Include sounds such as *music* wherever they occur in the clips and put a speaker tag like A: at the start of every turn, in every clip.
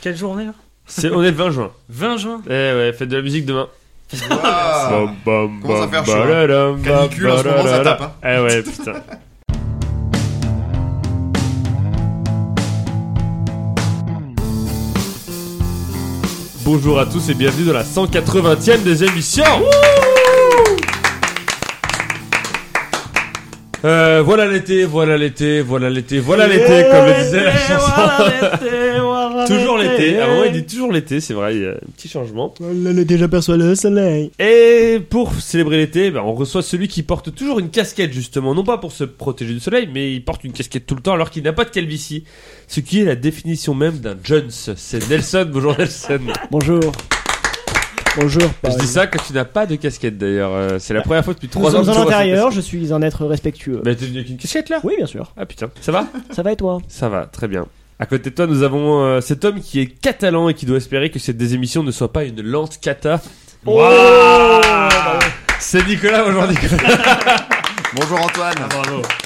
A: Quelle journée hein là
B: C'est, on est le 20 juin.
A: 20 juin
B: Eh ouais, faites de la musique demain.
C: Waouh.
B: Bam, bam,
C: Ah. Commence à
B: bam,
C: faire chaud, hein.
B: balalam,
C: Canicule, en ce moment, ça
B: balalam.
C: tape, hein.
B: Eh ouais, putain.
C: *laughs*
B: Bonjour à tous et bienvenue dans la 180e des émissions Euh, voilà l'été, voilà l'été, voilà l'été, voilà l'été, comme le disait la chanson. *laughs* toujours Eh l'été, ah à un moment il dit toujours l'été, c'est vrai, il y a un petit changement.
D: Oh L'été, j'aperçois le soleil.
B: Et pour célébrer l'été, ben, on reçoit celui qui porte toujours une casquette, justement. Non pas pour se protéger du soleil, mais il porte une casquette tout le temps alors qu'il n'a pas de calvitie. Ce qui est la définition même d'un Jones. C'est Nelson. Bonjour
D: *laughs*
B: Nelson.
D: Bonjour. Bonjour.
B: Je dis ça quand tu n'as pas de casquette d'ailleurs. Euh, C'est la première fois depuis
D: Nous
B: 3 ans
D: sommes
B: que
D: à
B: tu vois Bah. cette
D: l'intérieur, je suis un être respectueux.
B: casquette. Mais t'es venu avec une casquette là
D: Oui, bien sûr.
B: Ah putain. Ça
D: *laughs*
B: va
D: Ça va et toi
B: Ça va, très bien. À côté de toi, nous avons euh, cet homme qui est catalan et qui doit espérer que cette désémission ne soit pas une lente cata. Waouh C'est Nicolas aujourd'hui. *laughs*
C: Bonjour Antoine.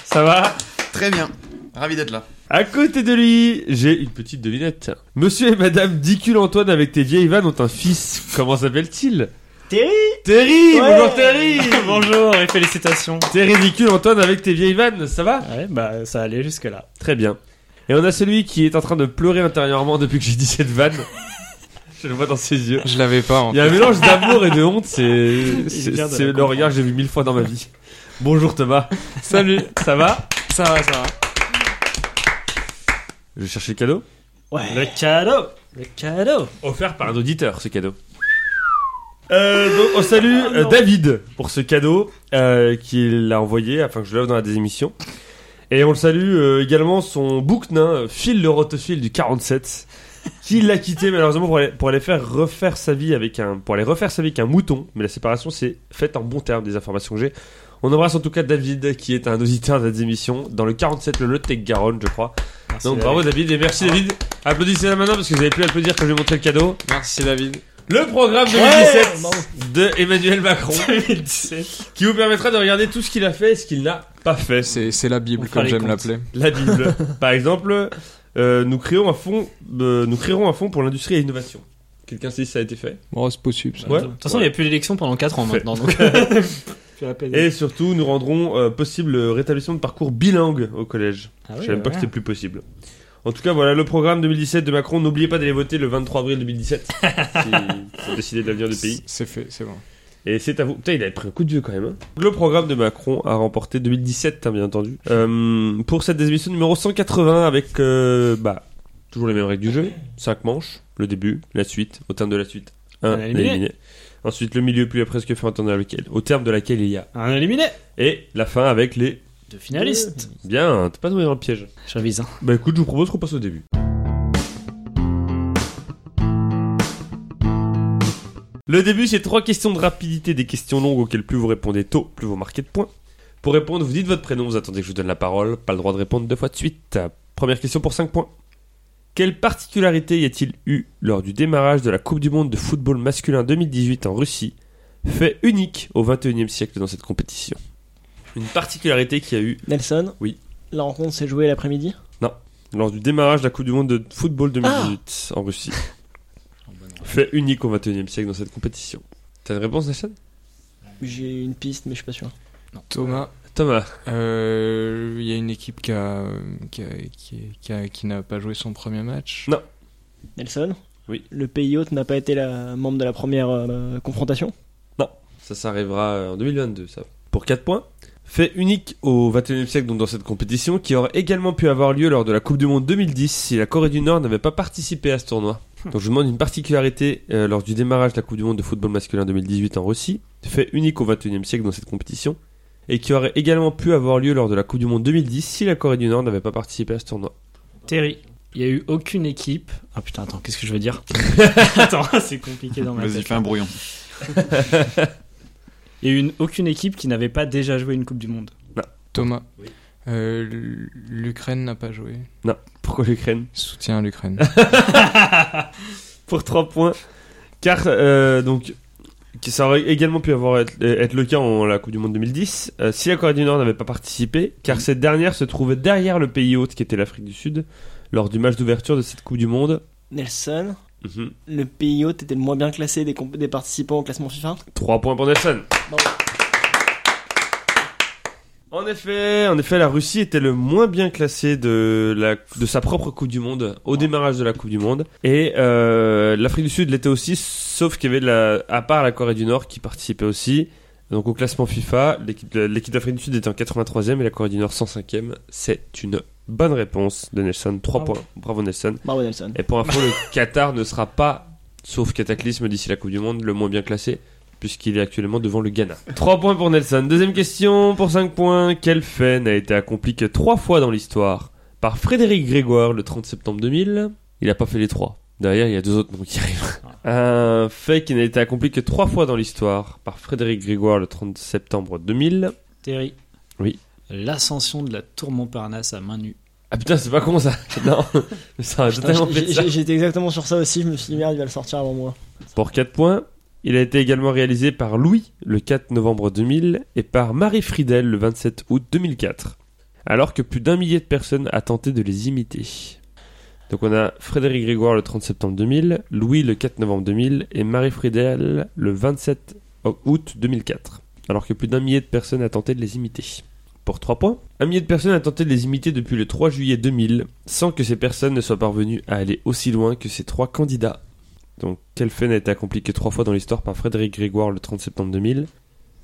B: Ça va
C: Très bien. Ah, Ravi d'être là.
B: À côté de lui, j'ai une petite devinette. Monsieur et Madame Dicule Antoine avec tes vieilles vannes ont un fils. Comment s'appelle-t-il
D: Terry
B: Terry
D: Ouais.
B: Bonjour Terry
A: *laughs* Bonjour et félicitations.
B: Terry Dicule Antoine avec tes vieilles vannes, ça va
A: Ouais, bah ça allait jusque-là.
B: Très bien. Et on a celui qui est en train de pleurer intérieurement depuis que j'ai dit cette vanne.
A: *laughs*
B: Je le vois dans ses yeux.
E: Je l'avais pas hein. en
B: Il y a un mélange d'amour et de honte, c'est
A: Il vient
B: c'est
A: de
B: c'est
A: la
B: le regard que j'ai vu mille fois dans ma vie. Bonjour Thomas,
E: Salut,
B: ça va
E: ça va, ça va.
B: Je vais chercher le cadeau.
D: Ouais.
A: Le cadeau Le cadeau
B: Offert par un auditeur, ce cadeau. Euh, donc, on salue
A: Ah,
B: euh, David pour ce cadeau euh, qu'il a envoyé afin que je l'offre dans la désémission. Et on le salue euh, également son bouc nain, euh, Phil le rotophile du 47, qui l'a quitté malheureusement pour aller, pour aller faire refaire sa vie avec un pour aller refaire sa vie avec un mouton. Mais la séparation s'est faite en bon terme des informations que j'ai. On embrasse en tout cas David qui est un auditeur de la démission dans le 47 le Lotec Garonne je crois.
A: Merci,
B: Donc bravo
A: David.
B: David et merci David. Applaudissez-la maintenant parce que vous avez plus à applaudir quand je vais montrer le cadeau.
E: Merci
A: *laughs*
E: David.
B: Le programme
A: Oh,
B: 2017 de Emmanuel
A: *laughs*
B: Macron
A: 2017.
B: qui vous permettra de regarder tout ce qu'il a fait et ce qu'il n'a pas fait.
E: C'est c'est la Bible,
A: On fera
E: comme
A: les
E: j'aime
A: comptes.
E: l'appeler.
A: *laughs*
B: La Bible. Par exemple, euh, nous créons un fonds, euh, nous créerons un fonds pour l'industrie et l'innovation. Quelqu'un sait si ça a été fait
A: Oh,
E: Bon, c'est possible. ça.
B: Ouais.
A: De toute façon, il n'y a plus d'élection pendant 4 ans
B: Fait.
A: maintenant. *laughs* Donc...
B: Et surtout, nous rendrons euh, possible le rétablissement de parcours bilingues au collège.
A: Ah
D: Ah
B: Je
D: euh,
B: savais même pas que c'était plus possible. En tout cas, voilà le programme 2017 de Macron. N'oubliez pas d'aller voter le 23
A: *laughs*
B: avril 2017 si vous décidez de l'avenir du pays.
E: C'est fait, c'est bon.
B: Et c'est à vous. Putain, il avait pris un coup de vieux quand même. hein. Le programme de Macron a remporté 2017, hein, bien entendu. Euh, pour cette émission numéro 180 avec, euh, bah, toujours les mêmes règles du jeu. 5 manches, le début, la suite, au terme de la suite. Un,
A: Un éliminé.
B: éliminé. Ensuite, le milieu, puis la presque fin, au terme de laquelle, au terme de laquelle il y a.
A: Un éliminé
B: Et la fin avec les...
A: de finaliste.
B: Bien, t'es pas tombé dans le piège.
A: Je révise. hein.
B: Bah écoute, je vous propose qu'on passe au début. Le début, c'est trois questions de rapidité, des questions longues auxquelles plus vous répondez tôt, plus vous marquez de points. Pour répondre, vous dites votre prénom, vous attendez que je vous donne la parole, pas le droit de répondre deux fois de suite. Première question pour 5 points. Quelle particularité y a-t-il eu lors du démarrage de la Coupe du Monde de football masculin 2018 en Russie, fait unique au 21e siècle dans cette compétition Une particularité qui a eu
D: Nelson
B: Oui.
D: La rencontre s'est jouée l'après-midi
B: lors du démarrage de la Coupe du Monde de football 2018 en Russie. Fait unique au 21 e siècle dans cette compétition. T'as une réponse, Nelson
D: J'ai une piste, mais je suis pas sûr.
E: Thomas,
B: Thomas.
E: euh, il y a une équipe qui a, qui a- qui a- qui a- qui n'a pas joué son premier match.
D: Nelson
B: Oui.
D: Le pays hôte n'a pas été la membre de la première euh, confrontation
B: Ça s'arrivera euh, en 2022, ça. Pour 4 points. Fait unique au 21 e siècle donc dans cette compétition qui aurait également pu avoir lieu lors de la Coupe du Monde 2010 si la Corée du Nord n'avait pas participé à ce tournoi. Donc je vous demande une particularité euh, lors du démarrage de la Coupe du Monde de football masculin 2018 en Russie, fait unique au 21 e siècle dans cette compétition, et qui aurait également pu avoir lieu lors de la Coupe du Monde 2010 si la Corée du Nord n'avait pas participé à ce tournoi.
A: Terry. Il n'y a eu aucune équipe. Ah putain, attends, qu'est-ce que je veux dire *laughs* Attends, *laughs* c'est compliqué dans ma
C: Vas-y,
A: tête.
C: fais un brouillon.
A: Il n'y a eu une- aucune équipe qui n'avait pas déjà joué une Coupe du Monde.
E: Thomas, euh, l- l'Ukraine n'a pas joué.
B: Pourquoi l'Ukraine
E: Soutien à l'Ukraine.
B: pour 3 points. Car, euh, donc, qui- ça aurait également pu avoir être, être le cas en la Coupe du Monde 2010, euh, si la Corée du Nord n'avait pas participé, car cette dernière se trouvait derrière le pays hôte qui était l'Afrique du Sud, lors du match d'ouverture de cette Coupe du Monde
D: Nelson. Le pays hôte était le moins bien classé des, comp- des participants au classement FIFA.
B: 3 points pour Nelson.
D: Bravo.
B: En effet, en effet, la Russie était le moins bien classé de, la, de sa propre Coupe du Monde au démarrage de la Coupe du Monde. Et euh, l'Afrique du Sud l'était aussi, sauf qu'il y avait, de la, à part la Corée du Nord qui participait aussi. Donc au classement FIFA, l'équipe de- l'équipe d'Afrique du Sud était en 83e et la Corée du Nord 105e. C'est une bonne réponse de Nelson. 3
A: Bravo.
B: points. Bravo Nelson.
D: Bravo Bah Nelson.
B: Et pour info, le Qatar ne sera pas, sauf cataclysme d'ici la Coupe du Monde, le moins bien classé, puisqu'il est actuellement devant le Ghana. 3 points pour Nelson. Deuxième question pour 5 points. Quel fait n'a été accompli que 3 fois dans l'histoire Par Frédéric Grégoire le 30 septembre 2000. Il n'a pas fait les 3. Derrière, il y a deux autres noms qui arrivent. Un fait qui n'a été accompli que 3 fois dans l'histoire par Frédéric Grégoire le 30 septembre 2000.
A: Terry.
B: Oui.
A: L'ascension de la tour Montparnasse à main nue.
B: Ah putain, c'est pas con ça *laughs* Non, ça a
D: Putain,
B: totalement
D: j'ai-
B: fait ça.
D: j'ai- J'étais exactement sur ça aussi, je me suis dit merde, il va le sortir avant moi.
B: Pour 4 points, il a été également réalisé par Louis le 4 novembre 2000 et par Marie Friedel le 27 août 2004, alors que plus d'un millier de personnes a tenté de les imiter. Donc on a Frédéric Grégoire le 30 septembre 2000, Louis le 4 novembre 2000 et Marie Friedel le 27 août 2004, alors que plus d'un millier de personnes a tenté de les imiter. Pour 3 points, un millier de personnes a tenté de les imiter depuis le 3 juillet 2000, sans que ces personnes ne soient parvenues à aller aussi loin que ces trois candidats. Donc, quel fait n'a été accompli que trois fois dans l'histoire par Frédéric Grégoire le 30 septembre 2000,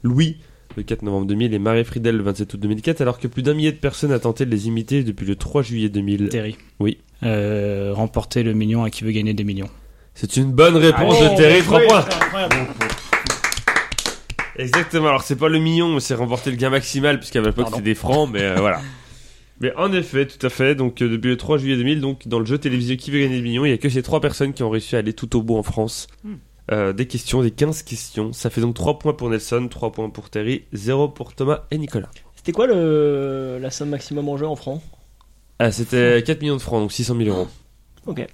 B: Louis le 4 novembre 2000 et Marie Friedel le 27 août 2004, alors que plus d'un millier de personnes a tenté de les imiter depuis le 3 juillet 2000.
A: Terry.
B: Oui.
A: Euh, remporter le million à qui veut gagner des millions.
B: C'est une bonne réponse
D: Allez.
B: de Terry,
D: Oh,
B: 3
D: oui,
B: points
D: c'est incroyable.
B: Exactement, alors c'est pas le million, mais c'est remporter le gain maximal, puisqu'à l'époque
A: Pardon.
B: c'était des francs, mais euh, voilà. Mais en effet, tout à fait, donc euh, depuis le 3 juillet 2000, donc dans le jeu télévisé Qui veut gagner des millions, il y a que ces trois personnes qui ont réussi à aller tout au bout en France.
D: Hmm.
B: Euh, des questions, des 15 questions. Ça fait donc 3 points pour Nelson, 3 points pour Terry, 0 pour Thomas et Nicolas.
D: C'était quoi le, la somme maximum en jeu en francs
B: Ah, c'était 4 millions de francs, donc 600 000 euros.
D: Ok.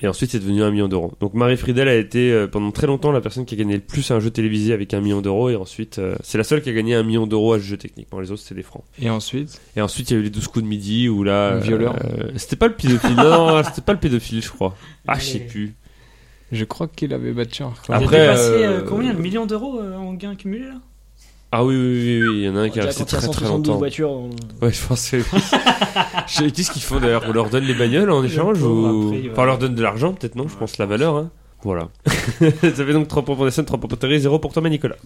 B: Et ensuite, c'est devenu 1 million d'euros. Donc Marie Friedel a été euh, pendant très longtemps la personne qui a gagné le plus à un jeu télévisé avec 1 million d'euros. Et ensuite, euh, c'est la seule qui a gagné 1 million d'euros à ce jeu technique. Bon, les autres, c'est des francs.
E: Et ensuite,
B: Et ensuite, il y a eu les 12 coups de midi où là.
E: Le violeur.
B: euh, c'était pas le pédophile. non, *laughs* non, c'était pas le pédophile, je crois. Ah, je sais plus.
E: je crois qu'il avait battu un record.
B: Il Après, était passé, euh, euh, combien,
A: combien
B: le
A: Le million d'euros en gains cumulés là
B: Ah oui, oui, oui, oui, il y en a un qui est
D: Déjà,
B: resté
D: quand il y a
B: très très
D: 172
B: longtemps.
D: voitures, on-
B: Ouais, je pense que
A: *laughs*
B: oui. Je- Qu'est-ce qu'ils font d'ailleurs On leur donne les bagnoles en échange ou...
A: Après, il va-
B: Enfin, on leur donne de l'argent, peut-être, non Je pense la valeur. Hein. Voilà. *laughs* Ça fait donc 3 points pour Nelson, 3 points pour Terry, 0 pour Thomas Nicolas.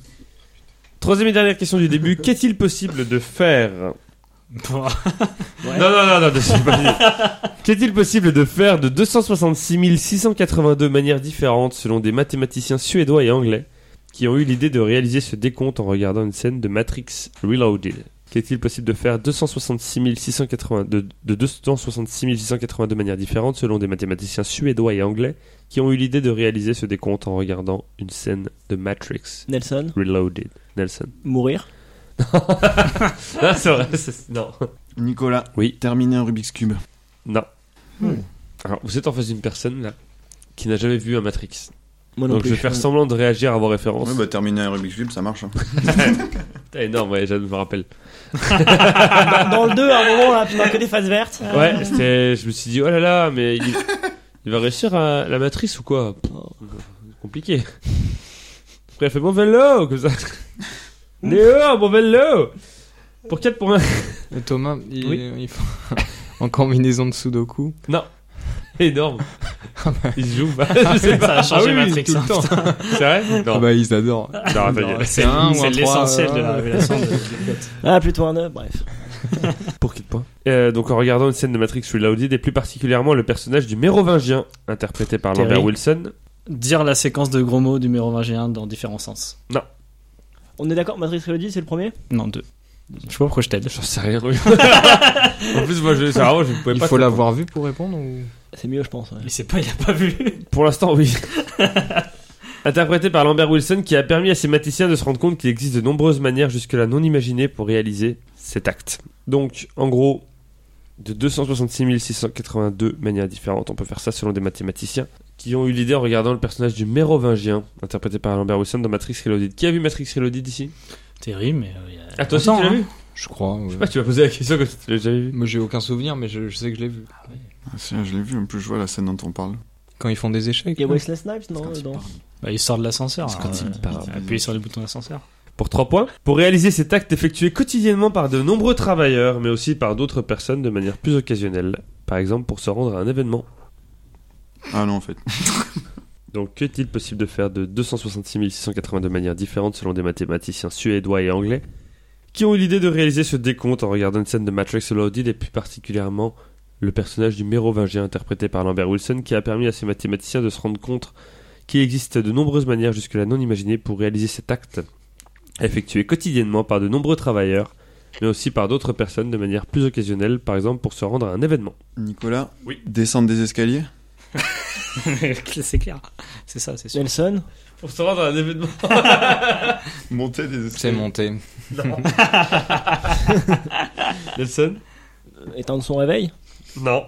B: Troisième et dernière question du début. Qu'est-il possible de faire Non, non, non, non, je sais pas dire. Qu'est-il possible de faire de 266 682 manières différentes selon des mathématiciens suédois et anglais qui ont eu l'idée de réaliser ce décompte en regardant une scène de Matrix Reloaded Qu'est-il possible de faire 266 682, de 266 682 manières différentes selon des mathématiciens suédois et anglais qui ont eu l'idée de réaliser ce décompte en regardant une scène de Matrix
D: Nelson,
B: Reloaded Nelson.
D: mourir.
B: *laughs* Ah, c'est vrai, c'est- non.
C: Nicolas,
B: Oui.
C: terminer un Rubik's Cube.
B: Non. Alors, vous êtes en face d'une personne là qui n'a jamais vu un Matrix.
D: Moi non
B: Donc
D: plus.
B: je vais faire semblant de réagir à vos références.
C: Ouais, bah terminer un Rubik's Cube, ça marche. hein.
D: bah.
B: Putain, énorme, ouais, je me rappelle.
D: Dans le 2, à un moment, là, tu n'as que des faces vertes.
B: *laughs* Ouais, c'était- je me suis dit, oh là là, mais il, il va réussir à la matrice ou quoi Pff, Compliqué. Après, elle fait bon vélo, comme ça. Néo, bon vélo Pour 4 pour 1.
E: Euh, Thomas, il,
B: Oui.
E: il faut... *laughs* en combinaison de Sudoku.
B: *laughs* Énorme. Il se joue, bah, je sais pas.
A: Ça a changé
B: Ah oui,
A: Matrix,
B: tout le
A: hein,
B: temps. C'est vrai Non,
E: Ah bah ils adorent.
B: non, attends, il y a-
A: Ah, C'est
E: un ou
A: c'est
E: un
A: l'essentiel
E: trois,
A: de la
E: euh,
A: *laughs* révélation. de-
D: Ah, plutôt un 9, bref.
B: Pour quel point Euh, Donc en regardant une scène de Matrix Reloaded et plus particulièrement le personnage du Mérovingien interprété par
A: Terry.
B: Lambert Wilson.
A: Dire la séquence de gros mots du mérovingien dans différents sens.
D: On est d'accord, Matrix Reloaded, c'est le premier
A: Non, deux. Je sais pas pourquoi je t'aide.
B: J'en sais rien. *laughs* en plus moi je, ça, vraiment, je pouvais
E: Il
B: pas.
E: faut l'avoir vu pour répondre ou
D: C'est mieux, je pense. ouais.
A: Il sait pas, il a pas *laughs* vu.
B: Pour l'instant *laughs* oui. interprété par Lambert Wilson qui a permis à ces mathématiciens de se rendre compte qu'il existe de nombreuses manières jusque-là non imaginées pour réaliser cet acte. Donc en gros de 266 682 manières différentes, on peut faire ça selon des mathématiciens. qui ont eu l'idée en regardant le personnage du Mérovingien, interprété par Lambert Wilson dans Matrix Reloaded. Qui a vu Matrix Reloaded ici
A: Terrible, mais. euh, il y a
B: Ah, toi aussi,
A: longtemps,
B: tu l'as
A: hein.
B: vu
E: Je crois. ouais.
B: Je sais pas, tu m'as posé la question comme si tu l'avais jamais vu.
E: Moi j'ai aucun souvenir, mais je, je sais que je l'ai vu.
C: Ah, si, je l'ai vu, en plus je vois la scène dont on parle.
E: quand ils font des échecs.
D: Il y a
E: là.
D: Wesley Snipes, non
C: Quand il
D: dedans
C: parle.
A: Bah, il sort de l'ascenseur.
C: C'est quand
A: hein,
C: il parle.
A: Appuyez sur le bouton *laughs* d'ascenseur.
B: Pour 3 points, pour réaliser cet acte effectué quotidiennement par de nombreux travailleurs, mais aussi par d'autres personnes de manière plus occasionnelle, par exemple pour se rendre à un événement.
C: Ah non, en fait.
B: Donc qu'est-il possible de faire de 266 680 de manière différente selon des mathématiciens suédois et anglais qui ont eu l'idée de réaliser ce décompte en regardant une scène de Matrix Reloaded et plus particulièrement le personnage du mérovingien interprété par Lambert Wilson qui a permis à ces mathématiciens de se rendre compte qu'il existe de nombreuses manières jusque-là non imaginées pour réaliser cet acte effectué quotidiennement par de nombreux travailleurs mais aussi par d'autres personnes de manière plus occasionnelle par exemple pour se rendre à un événement.
C: Nicolas,
B: Oui.
C: descendre des escaliers
A: c'est clair. C'est ça, c'est sûr.
D: Nelson
B: Pour se rendre à un événement
C: Monter des
E: C'est monté.
B: Nelson
D: éteindre son réveil
B: Non.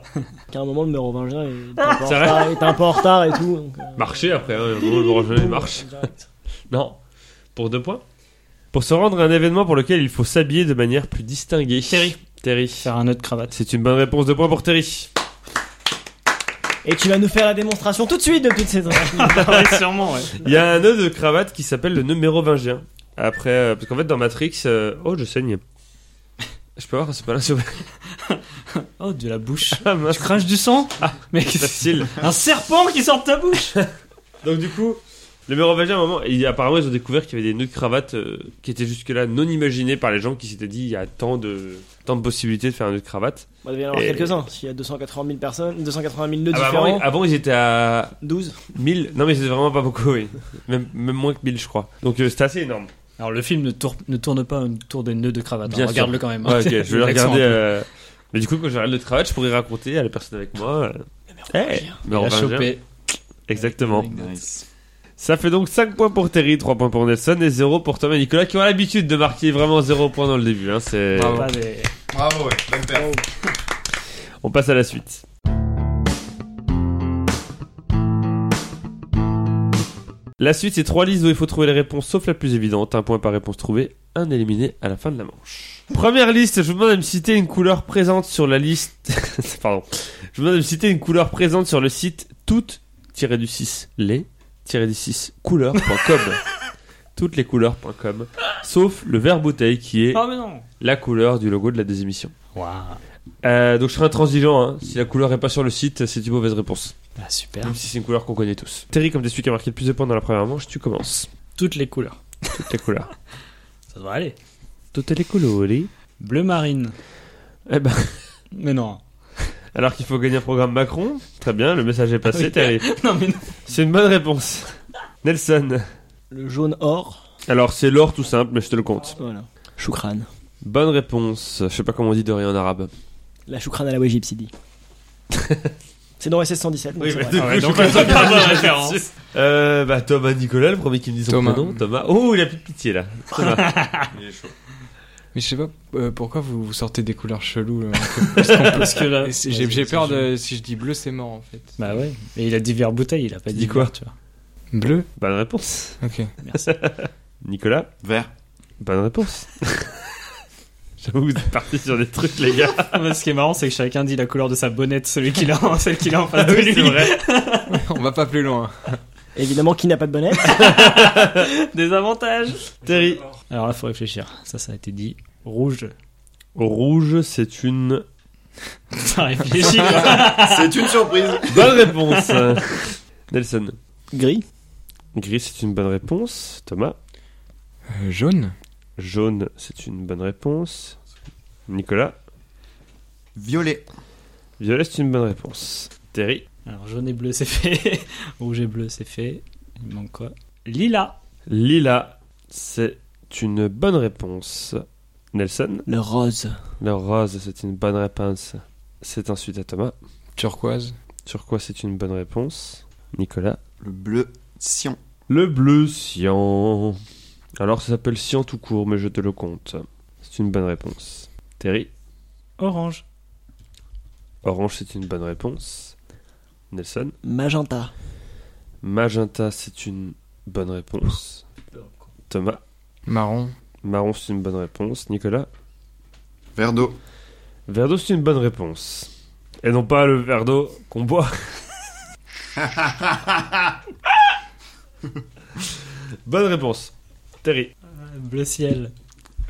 D: Car à un moment, le mérovingien est *laughs* un peu en
B: C'est vrai
D: retard- est un peu en retard et tout. donc, euh,
B: Marcher après, hein, le manger, marche.
D: direct.
B: Non. Pour deux points Pour se rendre à un événement pour lequel il faut s'habiller de manière plus distinguée.
A: Terry.
B: Terry.
A: Faire un nœud de cravate.
B: C'est une bonne réponse, deux points pour Terry.
D: Et tu vas nous faire la démonstration tout de suite de toutes
A: *laughs*
D: ces *laughs*
A: ouais, sûrement, ouais.
B: Il y a un nœud de cravate qui s'appelle le nœud mérovingien. Après, euh, parce qu'en fait dans Matrix, euh, oh je saigne. Je peux voir, c'est pas là, c'est *laughs*
A: Oh, de la *laughs* bouche.
B: Ah, mince,
A: Tu craches du sang *laughs* Mais
B: c'est facile.
A: Un serpent qui sort de ta bouche
B: Donc du coup, le mérovingien, à un moment, il- apparemment ils ont découvert qu'il y avait des nœuds de cravate euh, qui étaient jusque-là non imaginés par les gens qui s'étaient dit il y a tant de, tant de possibilités de faire un nœud de cravate.
D: Bon, il devait y en avoir
B: Et-
D: quelques-uns. S'il y a 280 000 personnes, 280 000 nœuds
B: Ah bah,
D: différents,
B: avant, avant ils étaient à,
D: 12.
B: 1000 Non, mais c'est vraiment pas beaucoup, oui. Même, même moins que 1000, je crois. Donc euh, c'est assez énorme.
A: Alors, le film ne, tour- ne tourne pas autour des nœuds de cravate. hein.
B: Bien sûr.
A: Regarde-le quand même.
B: Ouais,
A: *laughs*
B: ok, je vais le
A: L'accent un
B: regarder.
A: peu.
B: euh, Mais du coup, quand je regarde le travail, je pourrais raconter à la personne avec moi.
D: Eh.
B: euh, hey,
A: Il
B: mais en
A: a
B: 20 heures.
A: chopé.
B: Exactement.
C: Nice.
B: Ça fait donc 5 points pour Terry, 3 points pour Nelson et 0 pour Thomas et Nicolas qui ont l'habitude de marquer vraiment 0 points dans le début. hein, c'est-
A: Pas des-
C: Bravo, ouais, bonne paire.
A: Oh.
B: On passe à la suite. La suite, c'est trois listes où il faut trouver les réponses, sauf la plus évidente. Un point par réponse trouvée, un éliminé à la fin de la manche. Première liste, je vous demande de me citer une couleur présente sur la liste. *laughs* Pardon. Je vous demande de me citer une couleur présente sur le site toutes-du-6 les-du-6 couleurs.com. *laughs* Toutes les couleurs.com, sauf le vert bouteille qui est
A: Oh, mais non
B: la couleur du logo de la désémission.
A: Waouh
B: Euh, donc je serai intransigeant, hein. si la couleur est pas sur le site, c'est une mauvaise réponse.
A: Ah, super.
B: Même si c'est une couleur qu'on connaît tous. Terry, comme t'es celui qui a marqué le plus de points dans la première manche, tu commences.
A: Toutes les couleurs.
B: Toutes les couleurs.
A: Ça devrait aller.
B: Toutes les couleurs, allez.
A: Bleu marine.
B: Eh ben,
A: *laughs* Mais non.
B: alors qu'il faut gagner un programme Macron, très bien, le message est passé,
A: Oui.
B: Terry.
A: *laughs* Non, mais non.
B: C'est une bonne réponse. Nelson.
D: Le jaune or.
B: Alors c'est l'or tout simple, mais je te le compte.
D: Voilà. Choukran.
B: Bonne réponse. Je sais pas comment on dit doré en arabe.
D: La choukran à la Ouija dit. *laughs* c'est dans SS 117. donc c'est vrai.
A: Ah ouais, donc, elles sont pas bonnes références.
B: Euh, bah Thomas Nicolas, le premier qui me dit son
E: Thomas.
B: prénom. Thomas. Oh, il a plus de pitié là.
A: *laughs*
B: Thomas.
C: Il est chaud.
E: Mais je sais pas euh, pourquoi vous, vous sortez des couleurs cheloues. là.
A: Parce que là. *laughs*
E: Et c'est- J'ai j'ai peur de. Si Euh, je dis bleu, c'est mort en fait.
A: Bah ouais. Et il a dit verre bouteille, il a pas
B: Dis
A: dit
B: quoi
A: vert, tu vois. *laughs*
E: Bleu
B: bonne réponse.
E: Ok. *laughs*
B: Nicolas.
C: Vert.
B: Bonne réponse. *laughs* J'avoue, vous êtes partis sur des trucs, les gars.
A: Ce qui est marrant, c'est que chacun dit la couleur de sa bonnette, celui qu'il a, celle qu'il a en face de
B: Oui,
A: lui.
B: c'est vrai.
E: On va pas plus loin.
D: Évidemment, qui n'a pas de bonnette
A: *laughs* Des avantages.
B: Terry.
A: Alors là, faut réfléchir. Ça, ça a été dit. Rouge.
B: Rouge, c'est une
A: Ça réfléchit. quoi.
C: *laughs* C'est une surprise.
B: bonne *laughs* réponse. Nelson.
D: *laughs* Gris.
B: Gris, c'est une bonne réponse. Thomas.
E: Euh, jaune
B: Jaune, c'est une bonne réponse. Nicolas.
C: Violet.
B: Violet, c'est une bonne réponse. Terry.
A: Alors jaune et bleu, c'est fait. *laughs* Rouge et bleu, c'est fait. Il manque quoi Lila.
B: Lila, c'est une bonne réponse. Nelson.
D: Le rose.
B: Le rose, c'est une bonne réponse. C'est ensuite à Thomas.
E: Turquoise
B: Sur quoi c'est une bonne réponse Nicolas.
C: Le bleu. Sion.
B: Le bleu cyan. Alors ça s'appelle cyan tout court, mais je te le compte. C'est une bonne réponse. Terry,
A: Orange.
B: orange c'est une bonne réponse. Nelson,
D: Magenta.
B: magenta c'est une bonne réponse. Thomas,
E: Marron
B: marron c'est une bonne réponse. Nicolas,
C: Vert d'eau.
B: vert d'eau c'est une bonne réponse. Et non pas le verre d'eau qu'on boit. Bonne réponse. Terry.
A: Bleu ciel.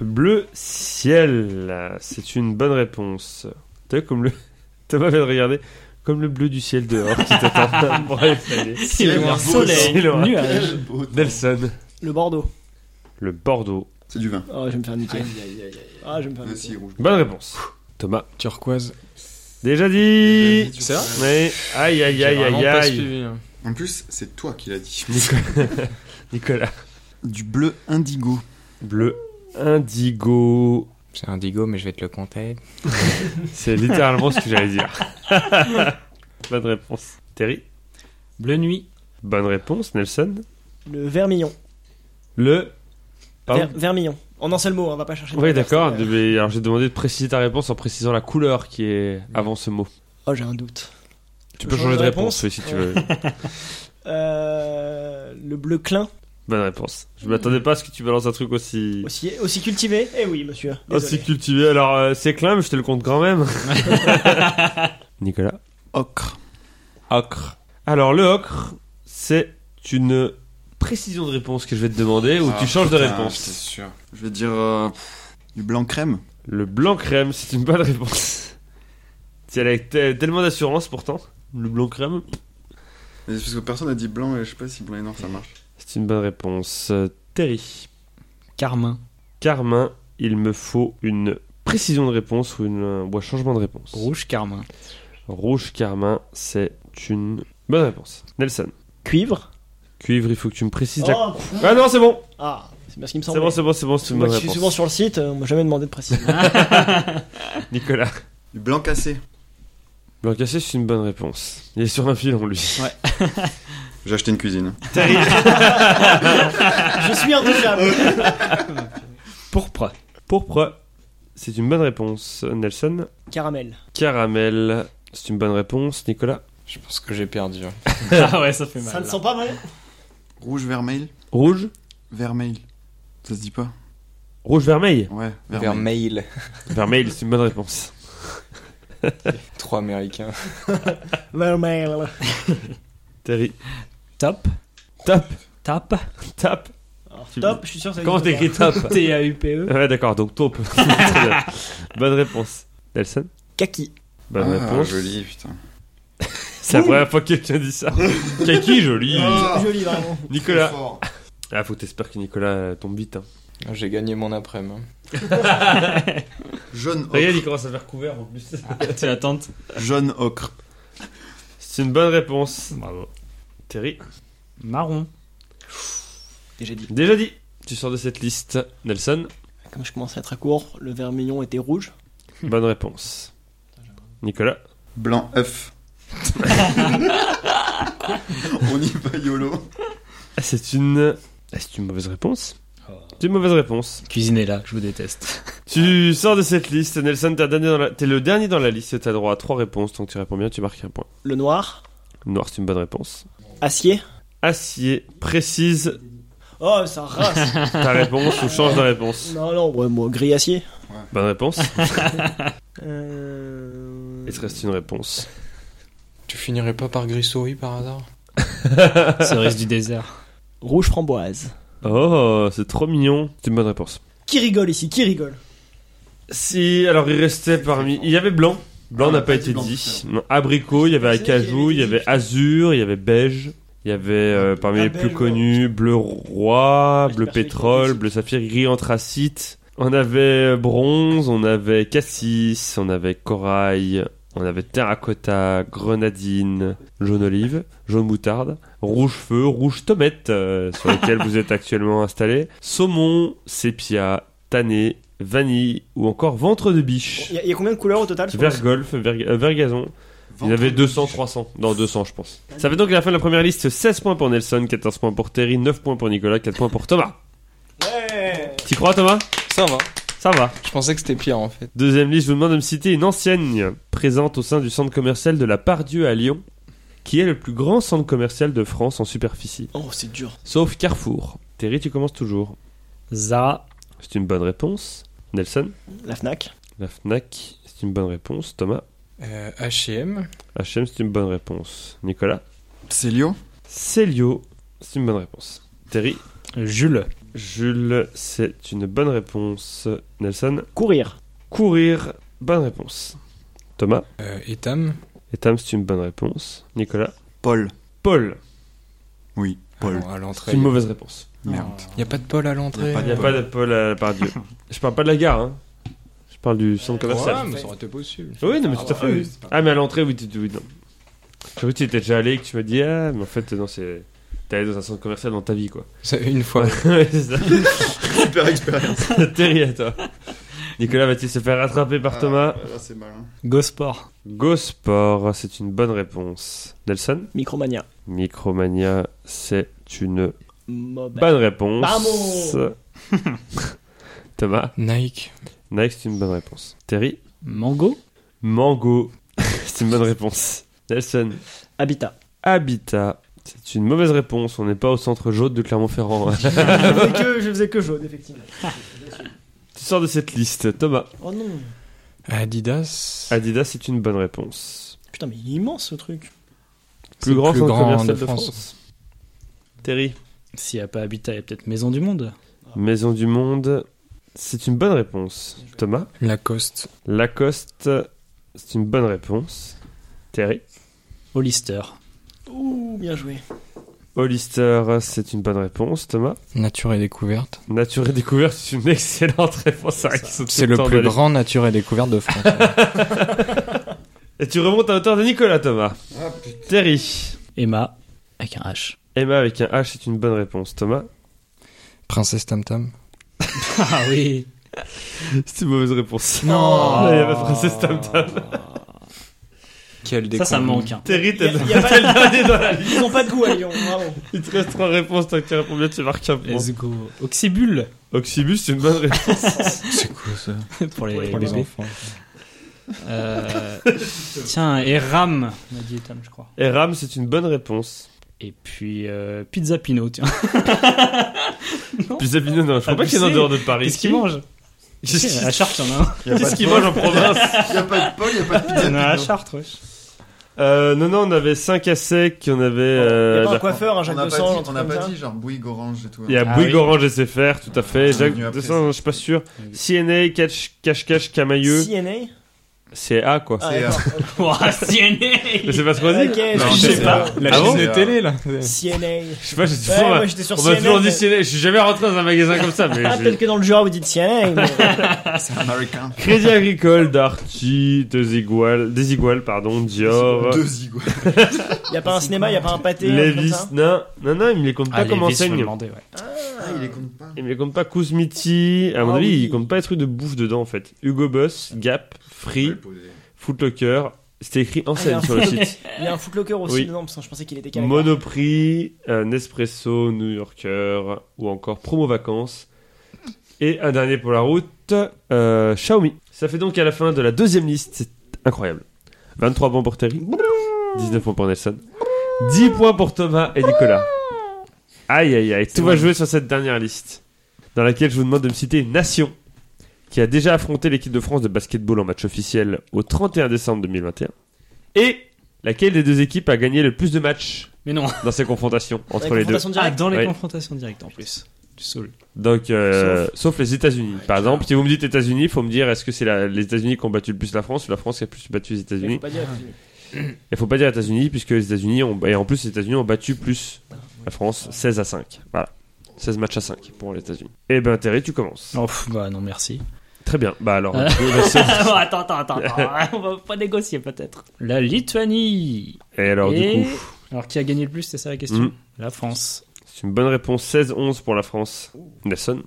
B: Bleu ciel. C'est une bonne réponse. T'as vu comme le. *laughs* Thomas vient de regarder. Comme le bleu du ciel dehors qui t'attend.
E: *laughs*
B: Bref, allez.
A: Ciel
C: Ciel,
A: noir,
C: beau
A: soleil,
B: ciel.
D: hein.
A: nuage.
C: beau temps.
B: Nelson.
D: Le Bordeaux.
B: Le Bordeaux.
C: C'est du vin.
D: Oh, je vais me faire niquer. Ah, je vais me faire
C: Ah,
D: niquer.
C: si, rouge.
B: Bonne réponse. Thomas.
E: Turquoise.
B: Déjà dit.
E: C'est vrai
B: Oui. Aïe, aïe, aïe,
E: J'ai vraiment
B: aïe,
E: pas
B: aïe.
E: suivi, hein.
C: En plus, c'est toi qui l'as *laughs* dit.
B: Nicolas.
C: Du bleu indigo.
B: Bleu indigo.
E: C'est indigo, mais je vais te le compter.
B: C'est littéralement ce que j'allais dire. *laughs* bonne réponse. Terry.
A: Bleu nuit.
B: Bonne réponse. Nelson.
D: Le Vermillon.
B: Le. Pardon
D: Ver- Vermillon. En un seul mot, hein, on va pas chercher. de
B: Oui,
D: reverse,
B: d'accord.
D: euh,
B: mais Alors, j'ai demandé de préciser ta réponse en précisant la couleur qui est avant ce mot.
D: Oh, j'ai un doute.
B: Tu peux changer de réponse, oui, si tu veux.
D: *laughs* Euh, le bleu clin.
B: Bonne réponse. Je m'attendais pas à ce que tu balances un truc aussi.
D: Aussi, aussi cultivé Eh oui, monsieur. Désolé.
B: Aussi cultivé. Alors, euh, c'est clin, mais je te le compte quand *laughs* même. Nicolas.
C: Ocre.
E: Ocre.
B: Alors, le ocre, c'est une précision de réponse que je vais te demander ou Oh, tu changes de
C: C'est
B: réponse.
C: Ah, sûr. Je vais dire euh, pff, du blanc crème.
B: Le blanc crème, c'est une bonne réponse. Tu y allais avec te- tellement d'assurance pourtant. Le blanc crème,
C: Mais c'est parce que personne n'a dit blanc et je sais pas si blanc et noir ça marche.
B: c'est une bonne réponse. Euh, Terry.
A: Carmin.
B: Carmin, il me faut une précision de réponse ou, une, ou un changement de réponse.
A: Rouge carmin.
B: Rouge Carmin, c'est une bonne réponse. Nelson.
D: Cuivre.
B: Cuivre, il faut que tu me précises la...
D: Oh, pff.
B: Ah non, c'est bon
D: ah, c'est bien ce qui me
B: C'est
D: semble.
B: bon, c'est bon, c'est bon, c'est une
D: Moi
B: bonne
D: qui suis
B: réponse.
D: souvent sur le site, euh, on m'a jamais demandé de
B: *laughs*
D: préciser.
B: Nicolas.
C: Du blanc cassé.
B: *laughs* Blanc cassé, c'est une bonne réponse. Il est sur un filon, lui.
C: J'ai acheté une cuisine.
D: je suis intouchable.
B: *laughs*
A: Pourpre.
B: Pourpre, c'est une bonne réponse. Nelson.
D: Caramel.
B: Caramel, c'est une bonne réponse. Nicolas.
E: Je pense que j'ai perdu. hein.
A: ah ouais, ça fait mal.
D: Ça ne
A: là.
D: sent pas bon.
C: Rouge vermeil.
B: Rouge.
C: Vermeil. Ça se dit pas
B: Rouge-vermeil.
C: Ouais,
E: Vers
C: vermeil.
E: mail.
B: Vermeil, c'est une bonne réponse.
E: Trois américains. *laughs*
D: Vermeil.
B: Terry.
A: Top.
B: Top.
A: Top.
B: Tap.
D: Alors,
B: Ah, Tu-
D: top, je suis sûr que ça
B: Comment
D: existe *laughs*
B: t'écris top
A: T-A-U-P-E.
B: Ouais, d'accord, donc taupe. Très bien. *laughs* bonne réponse. Nelson.
D: pas.
A: *laughs*
D: Kaki.
B: Bonne
C: ah,
B: réponse.
C: joli, putain.
B: C'est la première fois que quelqu'un dit ça. Kaki, joli.
C: Ah,
D: Joli, vraiment.
B: Nicolas.
C: fort.
B: Ah, faut que t'espères que Nicolas euh, tombe vite. hein.
E: J'ai gagné mon après-midi.
C: Jaune
B: Regarde, il
C: ocre.
B: commence à faire couvert en plus.
A: Tu l'attentes.
C: Jaune ocre.
B: C'est une bonne réponse.
A: Bravo.
B: Terry.
A: Marron.
D: Déjà dit.
B: Déjà dit. Tu sors de cette liste. Nelson.
D: Comme je commençais à être à court, le vermillon était rouge.
B: Bonne réponse. Nicolas.
C: Blanc
B: *laughs*
C: œuf. On y va YOLO.
B: Ah, C'est une. ah, C'est une mauvaise réponse. C'est une mauvaise réponse.
A: Cuisinez-la, je vous déteste.
B: Tu sors de cette liste, Nelson. T'es dernier dans la- t'es le dernier dans la liste. T'as droit à trois réponses. Tant que tu réponds bien, tu marques un point.
D: Le noir.
B: Noir, c'est une bonne réponse.
D: Acier.
B: Acier, précise
D: Oh, ça
B: *laughs*
D: rase.
B: ta réponse ou change de réponse.
D: non, non, ouais, moi, gris acier.
B: Bonne réponse.
D: Euh...
B: Il te reste une réponse.
E: Tu finirais pas par gris souris par hasard
A: *laughs* Cerise du désert.
D: Rouge framboise.
B: Oh, c'est trop mignon. C'est une bonne réponse.
D: Qui rigole ici Qui rigole
B: Si, alors il restait parmi. Il y avait blanc. Blanc
C: Ah,
B: n'a pas
C: petit
B: été
C: blanc,
B: dit.
C: c'est
B: Non, Abricot, il y avait
D: Je pensais qu'il y avait
B: acajou,
D: des
B: il y avait
D: petits.
B: azur, il y avait beige. Il y avait euh, parmi
D: Ah,
B: les
D: beige,
B: plus
D: ouais.
B: connus bleu roi,
D: Je
B: bleu
D: pensais qu'il y avait
B: pétrole,
D: des
B: bleu saphir, gris anthracite. On avait euh, bronze, on avait cassis, on avait corail, on avait terracotta, grenadine, jaune olive, jaune moutarde, rouge feu, rouge tomate euh, sur lequel vous êtes actuellement installé, saumon, sépia, tanné, vanille ou encore ventre de biche.
D: Il y, a- il y a combien de couleurs au total je pense
B: Vergolf, verg- euh, vergazon. Il y en avait 200, 300. Non, 200, je pense. Ça fait donc à la fin de la première liste 16 points pour Nelson, 14 points pour Terry, 9 points pour Nicolas, 4 points pour Thomas.
D: Ouais
B: T'y crois, Thomas
E: Ça va.
B: Ça va.
E: Je pensais que c'était pire en fait.
B: Deuxième liste, je vous demande de me citer une enseigne présente au sein du centre commercial de la Pardieu à Lyon, qui est le plus grand centre commercial de France en superficie.
D: Oh, c'est dur.
B: Sauf Carrefour. Terry, tu commences toujours.
A: Zara.
B: C'est une bonne réponse. Nelson,
D: La Fnac.
B: la Fnac, c'est une bonne réponse. Thomas,
E: Euh, H&M.
B: HM, c'est une bonne réponse. Nicolas,
C: Célio
B: Célio, c'est une bonne réponse. Terry,
A: Jules.
B: Jules, c'est une bonne réponse. Nelson,
D: Courir.
B: courir, bonne réponse. Thomas,
E: Euh, Etam
B: et Tam, c'est une bonne réponse. Nicolas,
C: Paul.
B: Paul,
C: Oui,
E: Ah
C: Paul.
E: non, à l'entrée.
B: c'est une mauvaise réponse.
C: Merde.
E: Il y a pas de Paul à l'entrée.
C: Y a
B: Il n'y a pas de Paul à part *laughs* Dieu. Je parle pas de la gare, hein. Je parle du centre commercial.
E: mais ça aurait été possible.
B: Oui, non, mais
E: Ah
B: tout à
E: ouais,
B: fait.
E: oui,
B: oui. Ah, mais à l'entrée, oui, tu, tu- oui, non. J'avoue, tu y étais déjà allé et que tu m'as dit, ah, mais en fait, non, c'est. T'es allé dans un centre commercial dans ta vie, quoi.
E: C'est une fois.
B: *laughs* Ouais, c'est ça.
C: Ah. Super expérience.
B: Terry, à toi. Nicolas va-t-il se faire rattraper par Thomas
C: Ah, c'est malin.
A: Go Sport.
B: Go Sport, c'est une bonne réponse. Nelson
D: Micromania.
B: Micromania, c'est une
D: Mob.
B: bonne réponse.
D: Vamos
B: *laughs* Thomas
E: Nike.
B: Nike, c'est une bonne réponse. Terry
A: Mango.
B: Mango, *laughs* c'est une bonne réponse. Nelson
D: Habitat.
B: Habitat, c'est une mauvaise réponse. On n'est pas au centre jaune de Clermont-Ferrand. hein.
E: *laughs*
D: je, faisais que, je faisais que jaune, effectivement.
B: tu sors de cette liste. Thomas
D: Oh non.
E: Adidas.
B: Adidas, c'est une bonne réponse.
D: Putain, mais il est immense ce truc.
E: C'est
B: Plus grand
E: le plus
B: centre
E: grand
B: commercial
E: de
B: de France.
E: France.
B: Terry
A: S'il n'y a pas Habitat, il y a peut-être Maison du Monde.
B: Maison du Monde, c'est une bonne réponse. Thomas
E: Lacoste.
B: Lacoste, c'est une bonne réponse. Terry.
A: Hollister.
D: Ouh, bien joué.
B: Hollister, c'est une bonne réponse. Thomas.
E: Nature et découverte.
B: Nature et découverte, c'est une excellente réponse. C'est vrai qu'ils sont
E: C'est
B: tout
E: le
B: temps
E: plus
B: dans les-
E: grand nature et découverte de *laughs* France.
B: Et tu remontes à hauteur de Nicolas, Thomas. Terry.
A: Emma. Avec un H.
B: Emma avec un H, c'est une bonne réponse. Thomas.
E: Princesse Tam Tam.
A: Ah oui. Oh.
B: C'est une mauvaise réponse.
E: Non.
B: Il y avait Princesse Tam Tam.
E: Quelle
A: Ça, ça me manque. hein.
B: Terry,
D: Y
B: *laughs* t'as-
D: a- y a pas de- *laughs* Ils ont pas de goût à Lyon, bravo.
B: il te reste trois réponses. Tant que tu réponds bien, tu marques un point.
A: Let's go. Oxybul.
B: Oxybus, c'est une bonne réponse.
E: C'est quoi ça
A: *laughs* Pour les,
E: Pour les
A: bébés.
E: enfants.
A: Euh, tiens, et Ram. On a dit Etam, je crois.
B: *laughs* Et Ram, c'est une bonne réponse.
A: Et puis euh, Pizza Pino, tiens.
B: Puis Zabino, non, je crois pas
A: Abusé.
B: qu'il est en dehors de Paris.
A: Qu'est-ce qu'il mange
B: Qu'est-ce
A: Si,
B: qu'il-
A: À Chartres, il y en a un.
C: Y a pas
B: Qu'est-ce
C: de
B: qu'il
C: Paul,
B: mange en province
C: y a pas de Paul, y a pas de
A: Il y en a
C: Pizza
A: à
C: Pino.
A: Chartres, wesh.
B: euh, Non, non, on avait 5 à sec, on avait.
D: y a
B: Euh,
D: pas un
B: la-
D: coiffeur, un
C: On
D: Jacques
C: n'a
D: de Sange, un
C: pas dit,
D: truc
C: on n'a
D: comme
C: pas
D: ça.
C: dit genre Bouygues Orange et tout.
B: Il y a
A: Ah
B: Bouygues
A: oui.
B: Orange et SFR, tout à fait.
C: Ah,
B: Jacques
C: venu après,
B: Dessin, je suis pas sûr. CNA, Catch, Cache Cache, Camailleux.
D: CNA
B: C'est A quoi.
D: Ah,
C: C'est,
D: d'accord.
A: Ouah,
B: Mais
A: CNA
B: c'est pas trop dit
D: Ok,
C: Non,
D: je
C: c'est-
D: sais pas.
E: Ah
C: La chaîne de télé,
E: là.
D: CNA.
B: Ah Je sais pas, j'ai toujours.
D: Ouais,
B: on
D: moi
B: m'a-
D: j'étais sur
B: on
D: CNA.
B: m'a toujours dit
D: mais-
B: CNA. Je suis jamais rentré dans un magasin comme ça. Mais
D: Ah,
B: j'ai-
D: peut-être que dans le genre vous dites CNA. mais-
C: C'est américain.
B: Crédit Agricole, Darty, Desigual, Desigual, pardon, Dior,
C: Deux zigoues.
D: Y a pas un cinéma, y a pas un pâté. un truc comme
B: Levis.
D: ça
B: Non, non, non, il me les compte pas
A: Ah,
B: comme
A: les vis, je me
B: enseigne.
A: demandais, ouais.
C: Ah, il les compte pas.
B: Il me les compte pas Kuzmiti. À mon
D: Ah
B: avis,
D: oui.
B: il compte pas les trucs de bouffe dedans en fait. Hugo Boss, Gap, Free, Footlocker. C'était écrit enseigne
D: Ah,
B: sur le site.
D: Il y a un footlocker aussi
B: Oui.
D: dedans, parce que je pensais qu'il était carré.
B: Monoprix, euh, Nespresso, New Yorker ou encore Promo Vacances. Et un dernier pour la route, euh, Xiaomi. Ça fait donc à la fin de la deuxième liste, c'est incroyable. 23 points pour Terry, 19 points pour Nelson, 10 points pour Thomas et Nicolas. Aïe aïe aïe, tout va jouer sur cette dernière liste, dans laquelle je vous demande de me citer une nation qui a déjà affronté l'équipe de France de basketball en match officiel au 31 décembre 2021. Et laquelle des deux équipes a gagné le plus de matchs
A: Mais non.
B: dans ces confrontations entre
D: Dans les
B: les deux.
D: confrontations
A: Ah,
D: directes.
A: dans les
B: Ouais.
A: confrontations directes en plus. Du saoul.
B: Donc, euh, sauf. les États-Unis. Par exemple, si vous me dites États-Unis, faut me dire est-ce que c'est la- les États-Unis qui ont battu le plus la France ou la France qui a le plus battu les
D: Mais faut
B: États-Unis
D: pas dire, *laughs* excusez-moi.
B: Il faut pas dire États-Unis puisque les États-Unis ont et en plus les États-Unis ont battu plus la France 16 à 5. Voilà. 16 matchs à 5 pour les États-Unis. Eh ben Terry, tu commences.
A: Oh, pff, bah non, *laughs* merci.
B: Très bien. Bah alors,
A: Ah.
B: tu veux passer-
D: Ah, bon, attends, attends, attends, *laughs* attends. On va pas négocier peut-être.
A: La Lituanie.
B: et alors
A: Et-
B: du coup,
A: Alors, qui a gagné le plus C'est ça la question
B: Mhm.
A: La France.
B: c'est une bonne réponse 16-11 pour la France. Nelson.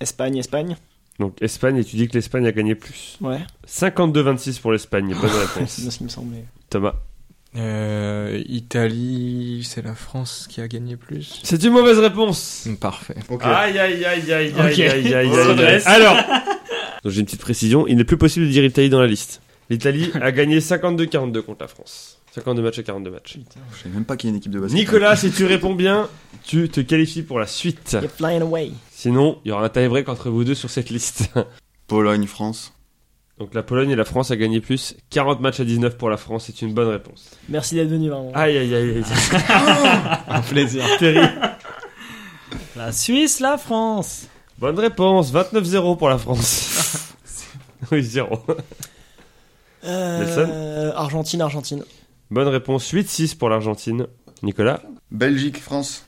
D: Espagne, Espagne.
B: Donc Espagne et tu dis que l'Espagne a gagné plus.
D: Ouais,
B: 52-26 pour l'Espagne.
D: *laughs*
B: Bonne
D: c'est bien
B: réponse.
D: ce qui me semblait.
B: Thomas.
E: Euh, Italie, c'est la France qui a gagné plus.
B: C'est une mauvaise réponse.
E: Parfait.
C: Ok.
B: Aïe aïe aïe aïe
A: Ok.
B: aïe aïe aïe
A: On
B: aïe, aïe
A: redresse.
B: *laughs* Alors Donc j'ai une petite précision, il n'est plus possible de dire Italie dans la liste. L'Italie a gagné 52-42 contre la France. 52 matchs à 42 matchs.
C: Je sais même pas qu'il y a une équipe de basket.
B: Nicolas,
A: *laughs*
B: si tu réponds bien, tu te qualifies pour la suite.
D: You're flying away.
B: Sinon, il y aura un tie-break entre vous deux sur cette liste.
C: Pologne, France.
B: *laughs* Donc la Pologne et la France a gagné plus. 40 matchs à 19 pour la France, c'est une bonne réponse.
D: Merci d'être venu, vraiment.
B: Aïe aïe aïe aïe.
A: *laughs*
E: Un plaisir.
B: terrible.
A: La Suisse, la France.
B: Bonne réponse, 29-0 pour
A: *laughs*
B: la France. oui, 0. Ah.
D: Euh, Argentine, Argentine.
B: Bonne réponse, 8-6 pour l'Argentine. Nicolas
C: Belgique, France.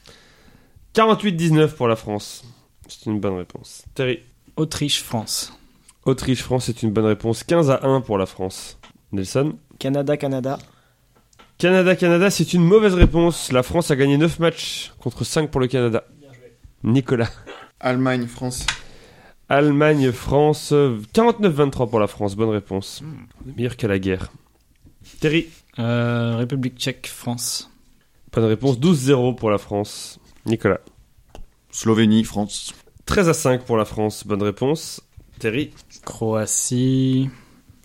B: 48-19 pour la France. C'est une bonne réponse. Terry.
A: Autriche, France.
B: Autriche-France, c'est une bonne réponse. 15 à 1 pour la France. Nelson.
D: Canada, Canada.
B: Canada-Canada, c'est une mauvaise réponse. La France a gagné 9 matchs contre 5 pour le Canada. Nicolas.
C: Allemagne, France.
B: Allemagne-France, 49-23 pour la France. Bonne réponse. On est meilleur qu'à la guerre. Terry.
A: Euh, République tchèque, France.
B: Bonne réponse, 12-0 pour la France. Nicolas.
C: Slovénie, France.
B: 13 à 5 pour la France. Bonne réponse. Terry.
A: Croatie,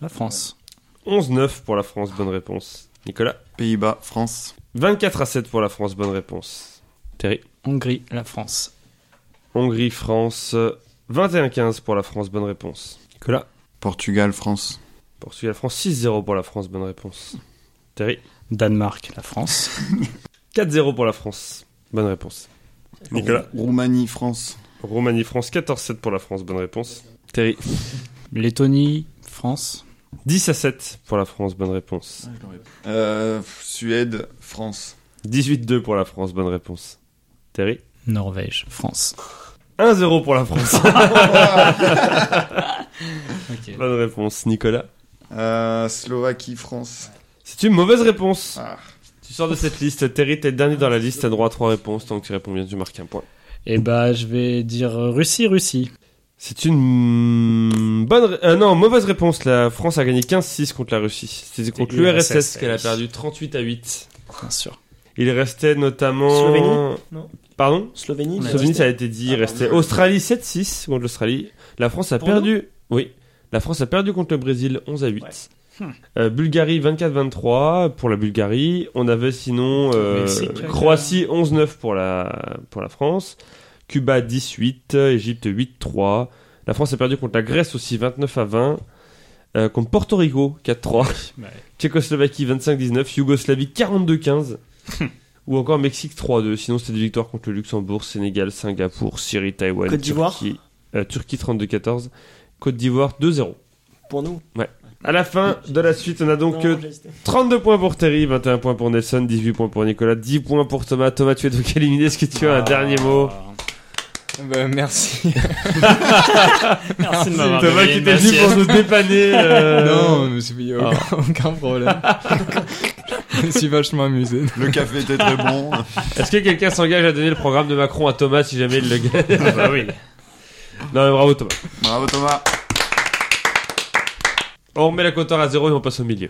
A: la France.
B: 11-9 pour la France. Bonne réponse. Nicolas.
C: Pays-Bas, France.
B: 24 à 7 pour la France, bonne réponse. Terry.
A: Hongrie, la France.
B: Hongrie, France. euh, 21-15 pour la France, bonne réponse. Nicolas.
C: Portugal, France.
B: Portugal, France. 6-0 pour la France, bonne réponse. Terry.
A: Danemark, la France.
B: 4-0 pour la France, bonne réponse. Nicolas.
C: Rou- Roumanie, France.
B: Roumanie, France. 14-7 pour la France, bonne réponse. Terry.
A: Lettonie, France.
B: 10 à 7 pour la France, bonne réponse.
C: Euh, Suède, France.
B: 18-2 pour la France, bonne réponse. Terry.
A: Norvège, France.
B: 1-0 pour la France, *laughs*
A: Ok.
B: bonne réponse. Nicolas.
C: Euh, Slovaquie, France.
B: C'est une mauvaise réponse.
C: Ah.
B: Tu sors de cette liste, Terry, t'es le dernier dans la liste, t'as droit à 3 réponses. Tant que tu réponds bien, tu marques un point.
A: Et bah, je vais dire euh, Russie, Russie.
B: C'est une bonne. ré- euh, non, mauvaise réponse. La France a gagné 15-6 contre la Russie. C'était contre
A: Et
B: l'URSS
A: l'URSS,
B: qu'elle a
A: oui.
B: perdu 38 à 8.
A: Bien sûr.
B: Il restait notamment.
D: Slovénie Non.
B: Pardon
D: Slovénie.
A: On a
D: ça
B: Slovénie,
D: restait.
B: ça a été dit. Il
C: Ah,
B: restait
C: pardon.
B: Australie 7-6 contre l'Australie. La France a
D: Pour
B: perdu. Oui. La France a perdu contre le Brésil 11 à 8.
A: Hmm.
B: Euh, Bulgarie 24-23 pour la Bulgarie. On avait sinon euh,
A: Mexique avec,
B: Croatie 11-9 pour la, pour la France. Cuba 18, Égypte 8-3. La France a perdu contre la Grèce aussi 29 à 20. Euh, contre Porto Rico 4-3.
A: Ouais.
B: Tchécoslovaquie 25-19. Yougoslavie
A: *laughs*
B: 42-15. Ou encore Mexique 3-2. Sinon, c'était des victoires contre le Luxembourg, Sénégal, Singapour, Syrie, Taïwan,
D: Côte d'Ivoire
B: Turquie, euh, Turquie 32-14. Côte d'Ivoire 2-0.
D: Pour nous.
B: À la fin de la suite, on a donc euh,
D: Non, j'ai hésité.
B: 32 points pour Terry, 21 points pour Nelson, 18 points pour Nicolas, 10 points pour Thomas. Thomas, tu es donc éliminé. Est-ce que tu as un
A: Ah.
B: dernier mot
E: Bah, merci.
A: Merci de m'avoir
B: Thomas
A: donné
B: qui
A: une
B: était venu
A: assiette.
B: pour nous dépanner.
A: *laughs*
B: euh,
E: *laughs* Non, mais c'est- il y a aucun, aucun *laughs* problème. Je me suis vachement amusé.
C: Le café était
B: *laughs*
C: très bon.
B: Est-ce que quelqu'un s'engage à donner le programme de Macron à Thomas si jamais il le gagne
A: Ah bah oui.
B: Non, mais bravo Thomas.
C: Bravo Thomas.
B: On remet la coteur à zéro et on passe au milieu.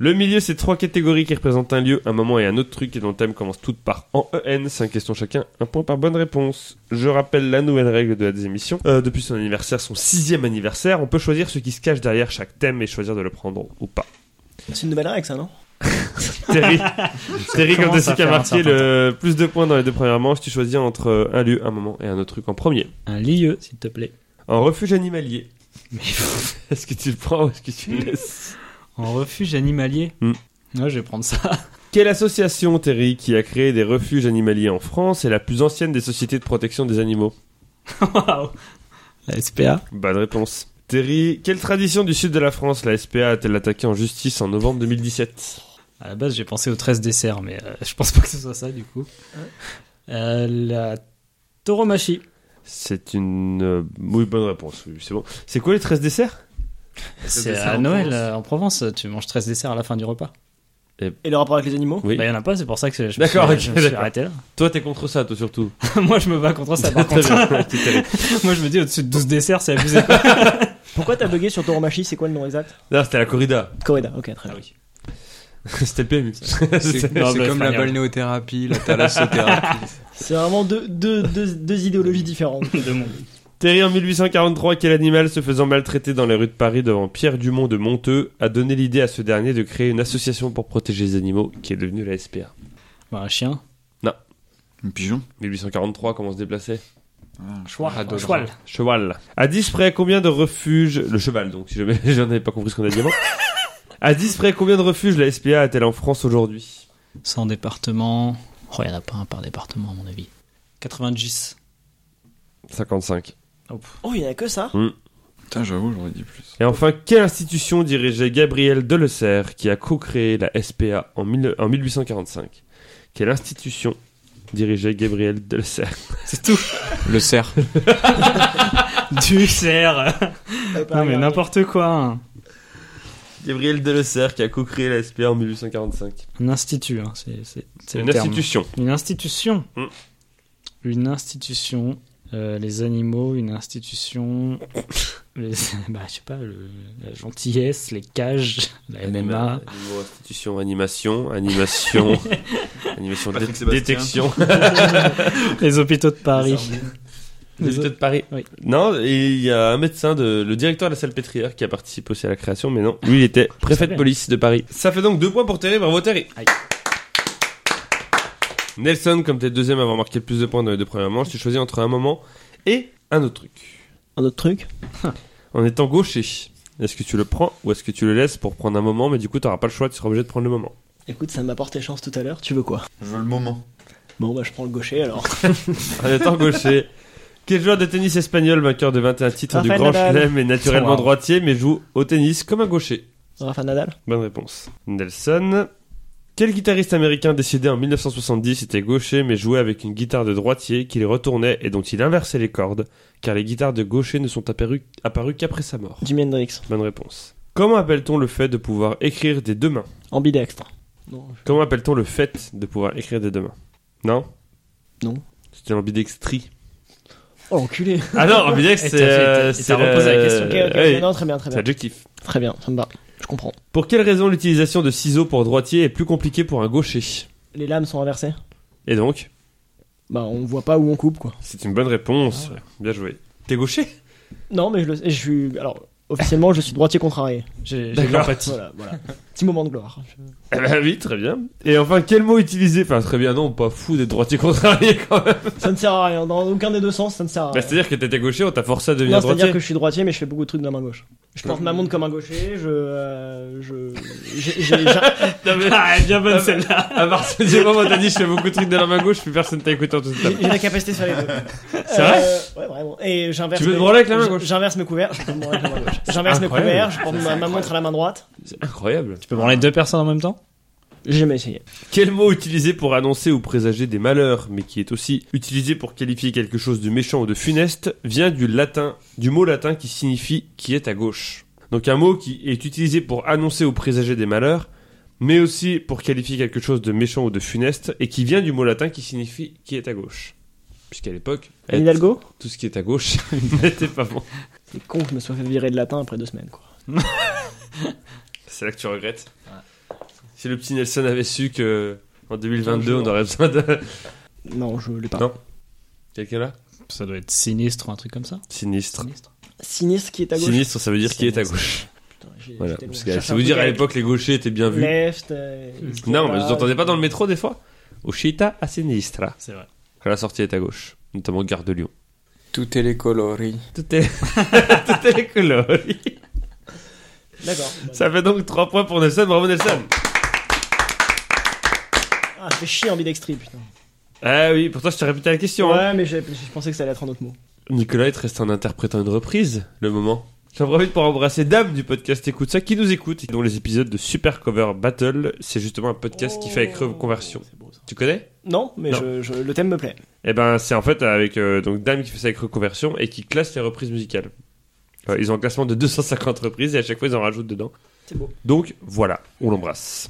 B: Le milieu, c'est trois catégories qui représentent un lieu, un moment et un autre truc, et dont le thème commence toutes par en EN. Cinq questions chacun, un point par bonne réponse. Je rappelle la nouvelle règle de la désémission. Euh, depuis son anniversaire, son sixième anniversaire, on peut choisir ce qui se cache derrière chaque thème et choisir de le prendre ou pas.
D: C'est une nouvelle règle, ça, non
B: Terry, Terry comme
A: commence
B: de ceux
A: à
B: qui a
A: faire un
B: marqué
A: certain
B: le plus de points dans les deux premières manches, tu choisis entre un lieu, un moment et un autre truc en premier.
A: Un lieu, s'il te plaît.
B: Un refuge animalier.
A: Mais
B: Est-ce que tu le prends ou est-ce que tu le laisses
A: En refuge animalier.
B: Hmm.
A: Ouais, je vais prendre ça.
B: Quelle association, Terry, qui a créé des refuges animaliers en France est la plus ancienne des sociétés de protection des animaux
A: La SPA.
B: Bonne réponse. Terry, quelle tradition du sud de la France la SPA a-t-elle attaqué en justice en novembre 2017
A: À la base, j'ai pensé aux 13 desserts, mais euh, je pense pas que ce soit ça, du coup. Euh, la tauromachie.
B: C'est une euh, oui, bonne réponse, oui, c'est bon. C'est quoi les 13 desserts
A: C'est
C: desserts
A: à
C: en
A: Noël,
C: Provence.
A: euh, en Provence. Tu manges 13 desserts à la fin du repas.
D: Et le rapport avec les animaux
B: Oui.
A: Bah, il y en a pas, c'est pour ça que je me suis-
B: D'accord, ok,
A: je me suis
B: d'accord.
A: arrêté là.
B: Toi, t'es contre ça, toi surtout.
A: *laughs* Moi, je me bats contre Ah, ça, par
B: *laughs* Très
A: contre.
B: bien, petit Terry.
A: *laughs* Moi, je me dis, au-dessus de 12 desserts, c'est abusé.
D: Pourquoi t'as bugué sur Tauromachi C'est quoi le nom exact
B: Non, c'était la corrida.
D: Corrida, ok, très bien.
B: *laughs* C'était le PMU.
E: C'est c'est
B: C'était-
A: bah,
E: comme la
A: manière.
E: balnéothérapie, la thalassothérapie.
D: C'est vraiment deux, deux, deux, deux
B: *laughs*
D: idéologies différentes.
A: de mon
B: Terry, en 1843, quel animal se faisant maltraiter dans les rues de Paris devant Pierre Dumont de Monteux a donné l'idée à ce dernier de créer une association pour protéger les animaux qui est devenue la SPA.
A: Bah, un chien.
C: Un pigeon.
B: 1843, comment on se déplaçait
A: Choual.
E: Adorable.
A: Choual.
B: Cheval. À 10 près, combien de refuges. Le cheval, donc, si jamais *laughs* j'en ai pas compris ce qu'on a dit avant. À 10 près, combien de refuges la SPA a-t-elle en France aujourd'hui
A: 100 départements. Oh, il n'y en a pas un par département, à mon avis. 90.
B: 55.
D: Oh, il y en a que ça
C: Putain, j'avoue, j'aurais dit plus.
B: Et enfin, quelle institution dirigeait Gabriel Delessert qui a co-créé la SPA en, mille- en 1845 Quelle institution dirigeait Gabriel Delessert
A: C'est tout.
E: Le cerf.
A: *laughs* du cerf. Non,
D: Ah,
A: mais n'importe quoi. hein.
B: Gabriel Delessert qui a co-créé la SPA en 1845.
A: Un institut, hein, c'est- c'est c'est le
B: Une
A: terme.
B: institution.
A: Une institution.
B: Mm.
A: Une institution. euh, les animaux, une institution. *coughs* les- bah, je sais pas, le- la gentillesse, les cages, la *laughs* MMA.
B: Animaux, institution,
A: *laughs*
B: animation, animation, animation,
C: Patrick
B: dé-
C: Sébastien.
B: détection.
A: les hôpitaux de Paris.
B: Les hôpitaux de Paris.
A: Oui.
B: Non, et il y a un médecin, de, le directeur de la salle pétrière qui a participé aussi à la création, mais non, lui il était préfet de
A: bien.
B: police de Paris. Ça fait donc deux points pour Terry, bravo Terry.
A: Aïe.
B: Nelson, comme t'es le deuxième à avoir marqué le plus de points dans les deux premières manches, tu choisis entre un moment et un autre truc.
D: Un autre truc
B: En étant gaucher, est-ce que tu le prends ou est-ce que tu le laisses pour prendre un moment, mais du coup t'auras pas le choix, tu seras obligé de prendre le moment.
D: Écoute, ça m'a porté chance tout à l'heure, tu veux quoi
C: Je veux le moment.
D: Bon, bah je prends le gaucher alors.
B: En étant gaucher, *laughs* quel joueur de tennis espagnol vainqueur de 21 titres du
D: Rafael
B: Grand
D: Nadal.
B: Chelem est naturellement
A: Wow.
B: droitier, mais joue au tennis comme un gaucher
D: Rafa Nadal
B: Bonne réponse. Nelson. Quel guitariste américain décédé en 1970 était gaucher mais jouait avec une guitare de droitier qu'il retournait et dont il inversait les cordes, car les guitares de gaucher ne sont apparues, apparues qu'après sa mort
D: Jimi Hendrix.
B: Bonne réponse. Comment appelle-t-on le fait de pouvoir écrire des deux mains
D: Ambidextre. Non,
B: Comment appelle-t-on le fait de pouvoir écrire des deux mains Non
D: Non.
B: C'était l'ambidextrie.
D: Oh, enculé
B: Ah non, ambidextre,
A: Et t'as-
B: c'est.
A: et t'as-
B: euh,
A: et
B: c'est
A: t'as reposé la question.
B: euh,
D: Ok, ok,
B: oui,
D: ok, non, très bien, très
B: c'est
D: bien.
B: adjectif.
D: Très bien, ça me va. Je comprends.
B: Pour quelle raison l'utilisation de ciseaux pour droitier est plus compliquée pour un gaucher
D: Les lames sont inversées
B: Et donc
D: Bah, on voit pas où on coupe quoi.
B: C'est une bonne réponse. Bien joué. Ah T'es gaucher
D: Non, mais je le je suis. Alors, officiellement, je suis droitier contrarié.
A: J'ai j'ai de *laughs*
B: D'accord.
A: l'empathie.
D: Voilà, voilà. *laughs* Petit moment de gloire.
B: Eh ben oui, très bien. Et enfin, quel mot utiliser Enfin, très bien, non, pas fou d'être droitier contrarié *laughs* quand même.
D: Ça ne sert à rien, dans aucun des deux sens, ça ne sert à
B: Bah,
D: rien.
B: c'est-à-dire que t'étais gaucher, on t'a forcé à devenir
D: Non,
B: droitier.
D: c'est-à-dire que je suis droitier, mais je fais beaucoup de trucs de la main gauche. Je porte ma montre comme un gaucher, je. euh, je. j'ai- j'ai- j'ai-
A: Ah, bien *laughs* bonne celle-là.
B: À partir du moment où t'as dit je fais beaucoup de trucs de la main gauche, plus personne t'a écouté en tout cas.
D: J'ai la capacité de faire les deux. Euh,
B: C'est vrai
D: Ouais, vraiment. Et j'inverse.
B: Tu veux te
D: mes-
B: branler avec la main gauche
D: J'inverse mes couverts. je peux me branler avec la main gauche. J'inverse mes
B: incroyable.
D: couverts, je prends ma, ma montre à la main droite.
B: C'est incroyable.
A: Tu peux branler deux personnes en même temps
D: J'ai jamais essayé.
B: Quel mot utiliser pour annoncer ou présager des malheurs, mais qui est aussi utilisé pour qualifier quelque chose de méchant ou de funeste, vient du latin, du mot latin qui signifie qui est à gauche. Donc un mot qui est utilisé pour annoncer ou présager des malheurs, mais aussi pour qualifier quelque chose de méchant ou de funeste, et qui vient du mot latin qui signifie qui est à gauche. Puisqu'à l'époque,
D: Anne Hidalgo
B: tout ce qui est à gauche *laughs* n'était pas bon.
D: C'est con que je me sois fait virer de latin après deux semaines, quoi.
B: C'est là que tu regrettes. Si le petit Nelson avait su que en 2022 on aurait besoin de *laughs*
D: Non, je l'ai pas.
B: Non. quelqu'un là,
A: Ça doit être sinistre ou un truc comme ça.
B: sinistre.
A: Sinistre.
D: Sinistre qui est à gauche.
B: Sinistre, ça veut dire qui est à gauche.
D: Putain, j'ai-
B: Voilà.
D: j'étais loin.
B: Parce
D: Je
B: que,
D: cherchais
B: ça
D: un
B: vous dire
D: truc
B: à
D: avec
B: l'époque les euh, gauchers étaient bien vus.
D: Left. euh,
B: Non, mais
D: voilà.
B: vous entendez pas dans le métro des fois Oshita a sinistra.
A: C'est vrai.
B: Quand la sortie est à gauche, notamment gare de Lyon.
E: Tout est les coloris.
B: Tout est, *laughs* tout est les coloris.
D: D'accord.
B: Ça fait donc 3 points pour Nelson. Bravo Nelson.
D: Ah, ça fait chier en bidextrie, putain.
B: Ah oui, pour toi je t'ai répété la question. hein.
D: Ouais, mais j'ai- je pensais que ça allait être un autre mot.
B: Nicolas, il te reste en interprétant une reprise, le moment. J'en profite pour embrasser Dame du podcast Écoute ça, qui nous écoute, et dont les épisodes de Super Cover Battle, c'est justement un podcast qui fait avec Reconversion.
D: C'est beau, ça.
B: Tu connais
D: Non, mais
B: Non.
D: je- je- le thème me plaît.
B: Eh ben, c'est en fait avec euh, donc Dame qui fait ça avec reconversion et qui classe les reprises musicales. Euh, ils ont un classement de 250 reprises et à chaque fois ils en rajoutent dedans.
D: C'est beau.
B: Donc voilà, on l'embrasse.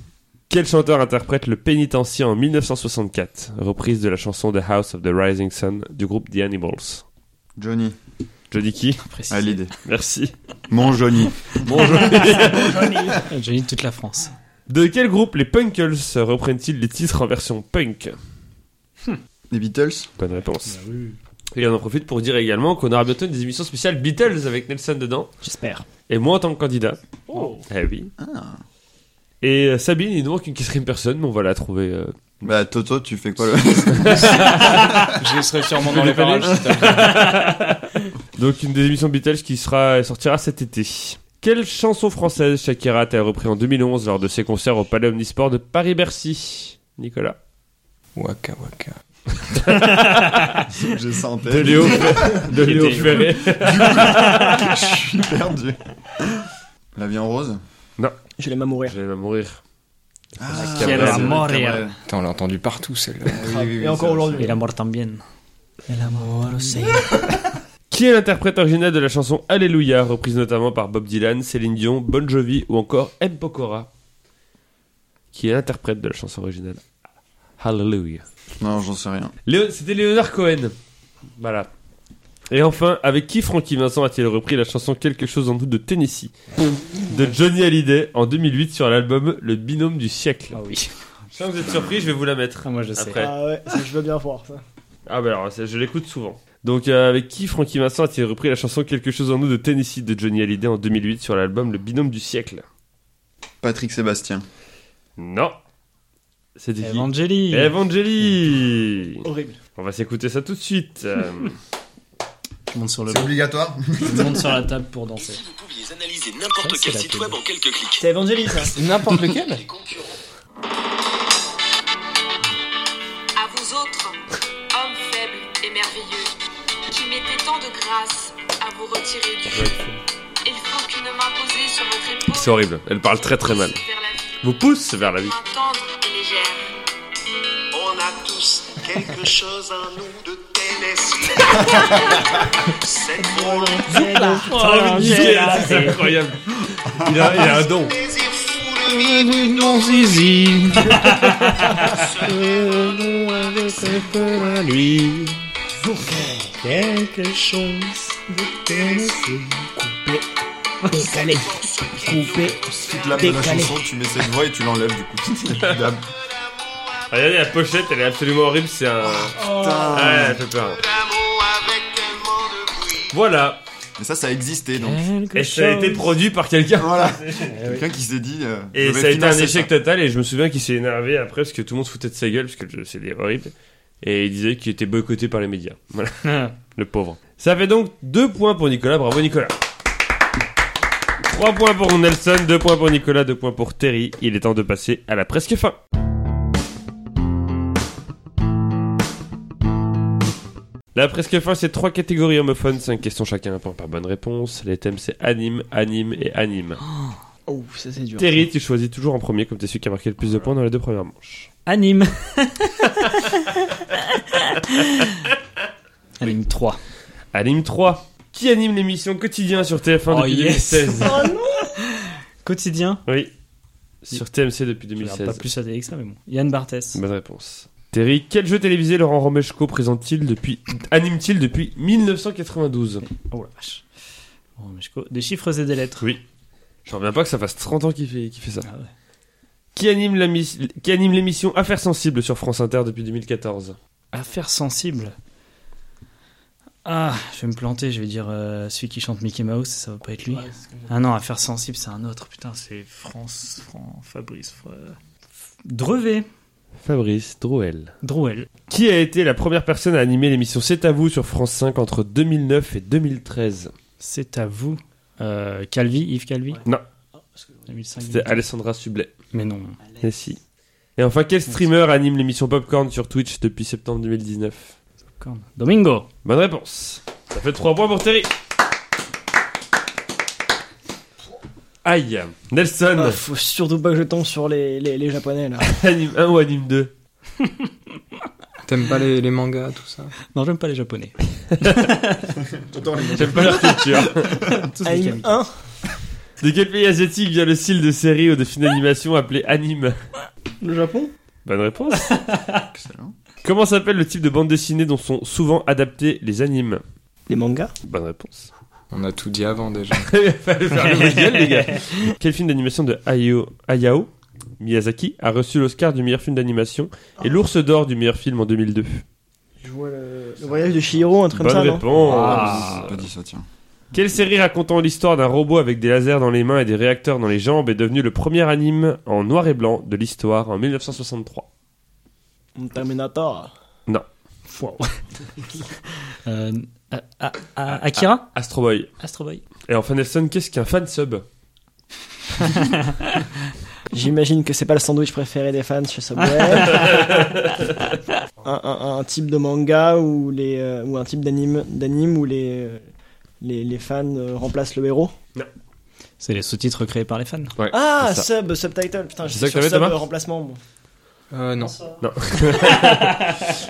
B: Quel chanteur interprète le pénitencier en 1964 Reprise de la chanson The House of the Rising Sun du groupe The Animals.
C: Johnny,
B: Johnny Key,
A: Précis.
C: à l'idée.
B: *laughs* merci.
C: Mon Johnny.
B: Bonjour.
A: *laughs* J'ai dit toute la France.
B: de quel groupe les Punkles reprennent-ils les titres en version punk
C: Les Beatles
B: Bonne réponse. Et on en profite pour dire également qu'on aura bientôt des émissions spéciales Beatles avec Nelson dedans
D: J'espère.
B: et moi en tant que candidat.
D: Oh.
B: Eh oui. Et euh, Sabine, il nous manque une quatrième personne, mais on va la trouver. euh.
C: Bah, Toto, tu fais quoi le.
E: Je laisserai sûrement dans les parages.
B: Donc une des émissions Beatles qui sera sortira cet été. Quelle chanson française Shakira a-t-elle repris en 2011 lors de ses concerts au Palais Omnisport de Paris-Bercy Nicolas.
E: Waka waka.
C: *laughs* J'ai ça en tête.
B: De Léo, de
A: Qui
B: Léo
A: était-
B: Ferré.
C: Je suis perdu. La vie en rose
D: Je l'aime à mourir.
B: J'allais mourir.
C: Ah,
B: Cabrel.
C: c'est vrai,
A: Montréal.
C: Cabrel.
E: Putain, on l'a entendu partout *laughs*
C: Ah,
E: celle-là.
C: oui, oui, oui,
D: Et encore
C: c'est-
D: aujourd'hui.
A: Et la mort también. El amor c'est.
B: Qui est l'interprète original de la chanson Alléluia, reprise notamment par Bob Dylan, Céline Dion, Bon Jovi ou encore M. Pokora Qui est l'interprète de la chanson originale Hallelujah.
C: Non, j'en sais rien.
B: Léo- C'était Léonard Cohen. Voilà. Et enfin, avec qui Frankie Vincent a-t-il repris la chanson Quelque chose en doute de Tennessee de Johnny Hallyday en 2008 sur l'album Le binôme du siècle
A: Ah oui.
B: Je sens que vous êtes surpris, je vais vous la mettre.
A: Ah, moi je sais.
B: Après.
D: Ah ouais, ça, je veux bien voir ça.
B: Ah bah alors, ça, je l'écoute souvent. Donc euh, avec qui Frankie Vincent a-t-il repris la chanson Quelque chose en nous de Tennessee de Johnny Hallyday en 2008 sur l'album Le binôme du siècle
C: Patrick Sébastien.
B: Non C'était qui
A: Evangeli.
B: Evangeli
D: Horrible.
B: On va s'écouter ça tout de suite. Euh,
A: Je monte sur le
C: obligatoire
A: je monte sur la table pour danser.
F: Si vous pouviez analyser
A: Ouais,
F: n'importe
A: c'est
F: quel
A: la
F: site
A: pub.
F: web en quelques clics,
D: C'est Evangelis, ça.
E: N'importe lequel
F: les concurrents
G: À vous autres, hommes faibles et merveilleux, qui mettez tant de grâce à vous retirer du jeu, il faut qu'une main posée sur votre épaule
B: C'est horrible, elle parle très très mal.
G: pousse vers la vie,
B: Vous pousse vers la vie.
G: main tendre et légère.
F: On a tous quelque chose en nous de Tennessee. Cette
D: C'est
B: Ah, Miguel, c'est incroyable. Il a, il a un don.
F: plaisir fou de vivre.
E: Non, zizi
C: Toute la de la chanson, tu mets cette voix et tu l'enlèves du coup. Putain.
B: Regardez la pochette, elle est absolument horrible, c'est un...
C: Ah.
B: Ouais, elle fait peur.
F: D'amour avec tellement de bruit.
B: Voilà,
C: Mais ça, ça existait donc.
B: et ça a été
A: *laughs*
B: produit par quelqu'un.
C: Voilà. Quelqu'un qui s'est dit. euh, je
B: Eh. Et
C: vais
B: ça a été un
C: financer
B: échec
C: ça.
B: total et je me souviens qu'il s'est énervé après parce que tout le monde se foutait de sa gueule parce que le jeu, c'est horrible et il disait qu'il était boycotté par les médias. Voilà, le pauvre. Ça fait donc deux points pour Nicolas, bravo Nicolas. Trois points pour Nelson, deux points pour Nicolas, deux points pour Terry. Il est temps de passer à la presque fin. La presque fin, c'est trois catégories homophones, cinq questions chacun, un point par bonne réponse. Les thèmes, c'est anime, anime et anime.
D: Oh, ça c'est dur.
B: Terry, tu choisis toujours en premier, comme t'es celui qui a marqué le plus de points dans les deux premières manches.
A: Anime. *laughs* Anime 3.
B: Anime 3. Qui anime l'émission quotidien sur TF1
A: Oh,
B: depuis
A: yes.
B: 2016
A: *laughs* Quotidien.
B: Oui. Sur TMC depuis
A: Je regarde pas
B: 2016.
A: plus la télé que ça, mais bon. Yann Barthès.
B: Bonne réponse. Terry, quel jeu télévisé Laurent Romeshko présente-t-il depuis... anime-t-il depuis 1992
A: Oh la vache. Oh, mais je co- Des chiffres et des lettres.
B: Oui. Je reviens pas que ça fasse 30 ans qu'il fait, qu'il fait ça.
A: Ah ouais.
B: Qui anime la mis- qui anime l'émission Affaires sensibles sur France Inter depuis 2014
A: Affaires sensibles. Ah, je vais me planter, je vais dire euh, celui qui chante Mickey Mouse, ça va pas être lui. ah non, Affaires sensibles, c'est un autre, putain, c'est France, Fran- Fabrice. Fra- Drevet,
B: Fabrice Drouel.
A: Drouel.
B: Qui a été la première personne à animer l'émission C'est à vous sur France 5 entre 2009 et 2013
A: C'est à vous. Euh, Calvi, Yves Calvi
B: Non.
A: 2005,
B: C'était Alessandra Sublet.
A: Mais non.
B: Et si. Et enfin, quel streamer anime l'émission Popcorn sur Twitch depuis septembre 2019
A: Corne. Domingo.
B: Bonne réponse. Ça fait 3 points pour Terry. Aïe. Nelson,
D: Ah, faut surtout pas que je tombe sur les, les, les japonais là.
B: *laughs* anime 1 ou anime 2
E: T'aimes pas les, les mangas, tout ça
A: Non, j'aime pas les
B: *laughs*
A: japonais.
B: J'aime pas leur culture.
A: Tous les Calvi.
D: Anime 1
B: *laughs* De quel pays asiatique vient le style de série ou de film d'animation appelé anime
D: Le Japon
B: Bonne réponse.
C: Excellent.
B: Comment s'appelle le type de bande dessinée dont sont souvent adaptés les animes
D: Les mangas
B: Bonne *laughs* réponse.
E: On a tout dit avant déjà.
B: Quel film d'animation de Hayao, Hayao Miyazaki a reçu l'Oscar du meilleur film d'animation et l'Ours d'or du meilleur film en 2002
D: Je vois le, le voyage de Shihiro, un truc
B: Bonne
D: comme ça, non
B: réponse.
C: J'ai pas dit ça, tiens.
B: Quelle série racontant l'histoire d'un robot avec des lasers dans les mains et des réacteurs dans les jambes est devenue le premier anime en noir et blanc de l'histoire en 1963
D: Terminator.
A: Wow. Euh, ah, ah, ah, Akira
B: Astro Boy.
A: Astro Boy
B: Et enfin Nelson, qu'est-ce qu'un fan sub
D: J'imagine que c'est pas le sandwich préféré des fans
B: *laughs*
D: chez Subway. un, un- un type de manga ou les euh, ou un type d'anime d'anime où les euh, les, les fans euh, remplacent le héros.
A: C'est les sous-titres créés par les fans.
B: Ouais,
D: Ah
B: c'est ça.
D: sub subtitle putain
B: C'est
D: je
B: ça
D: suis
B: que
D: sur
B: t'avais,
D: sub
B: Thomas
D: euh, remplacement. moi.
E: *laughs* Euh, non.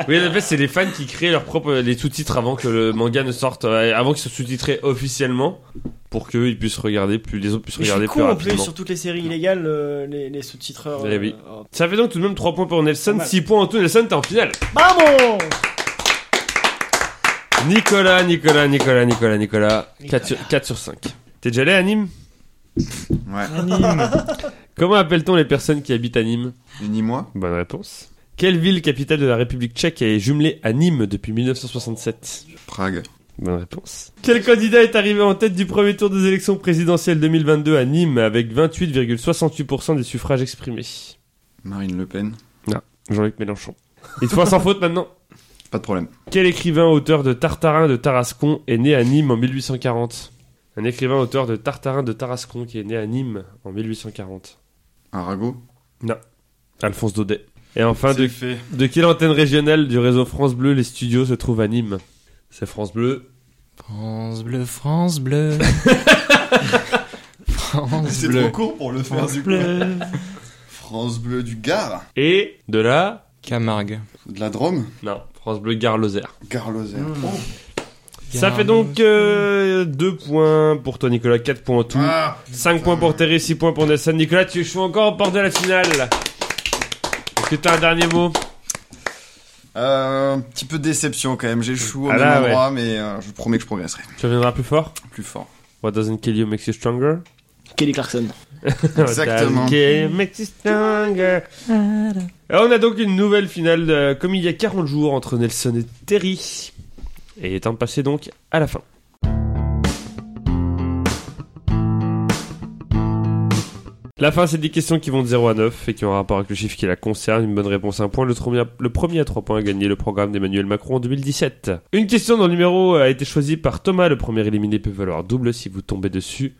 B: Oui, en fait, c'est les fans qui créent leurs propres les sous-titres avant que le manga ne sorte, euh, avant qu'ils soient sous-titrés officiellement, pour qu'ils puissent regarder, plus les autres puissent
D: Mais je suis
B: regarder plus
D: con en plus
B: rapidement.
D: sur toutes les séries illégales euh, les, les sous-titreurs.
B: Eh oui.
D: oh.
B: Ça fait donc tout de même 3 points pour
D: Pas
B: Nelson,
D: mal.
B: 6 points en tout. Nelson, t'es en finale.
D: Vamos
B: Nicolas, Nicolas, Nicolas, Nicolas, Nicolas. 4 sur, 5. T'es déjà allé à Nîmes
C: Ouais.
E: Hmm.
B: Comment appelle-t-on les personnes qui habitent à Nîmes
C: Et ni moi.
B: Bonne réponse. Quelle ville capitale de la République tchèque est jumelée à Nîmes depuis 1967
C: Prague.
B: Bonne réponse. Quel candidat est arrivé en tête du premier tour des élections présidentielles 2022 à Nîmes avec 28,68% des suffrages exprimés
C: Marine Le Pen.
B: Jean-Luc Mélenchon. Il te faut un sans faute maintenant.
C: Pas de problème.
B: Quel écrivain auteur de Tartarin de Tarascon est né à Nîmes en 1840 Un écrivain auteur de Tartarin de Tarascon qui est né à Nîmes en 1840.
C: Arago.
B: Alphonse Daudet. Et enfin, de, *laughs*
C: fait.
B: de quelle antenne régionale du réseau France Bleu les studios se trouvent à Nîmes C'est France Bleu.
E: France bleu, France *laughs* bleu. France
C: C'est
E: bleu.
C: trop court pour le faire du coup. *laughs* France Bleu du Gard.
B: Et de la...
E: Camargue.
C: De la Drôme.
B: Non, France Bleu Gare Lozère.
C: Gare Lozère. Oh.
B: Ça fait donc euh, 2 points pour toi Nicolas, 4 points en tout.
C: Ah.
B: 5 points pour Thérèse, 6 points pour Nelson. Nicolas, tu joues encore en porte de la finale. Est-ce que t'as un dernier mot
C: Euh, un petit peu de déception quand même. J'échoue au
B: Ah
C: même
B: là,
C: endroit, mais euh, je promets que je progresserai
B: Tu reviendras plus fort
C: plus fort.
B: What doesn't kill you makes you stronger.
D: Kelly Clarkson.
C: Exactement.
B: What doesn't kill you makes you stronger. Alors, Euh, on a donc une nouvelle finale, euh, comme il y a 40 jours, entre Nelson et Terry. Et il est temps de passer donc à la fin. La fin, c'est des questions qui vont de 0 à 9 et qui ont un rapport avec le chiffre qui la concerne. Une bonne réponse, un point. Le, tromi- le premier à 3 points a gagné le programme d'Emmanuel Macron en 2017. Une question dont le numéro euh, a été choisi par Thomas. Le premier éliminé peut valoir double. Si vous tombez dessus,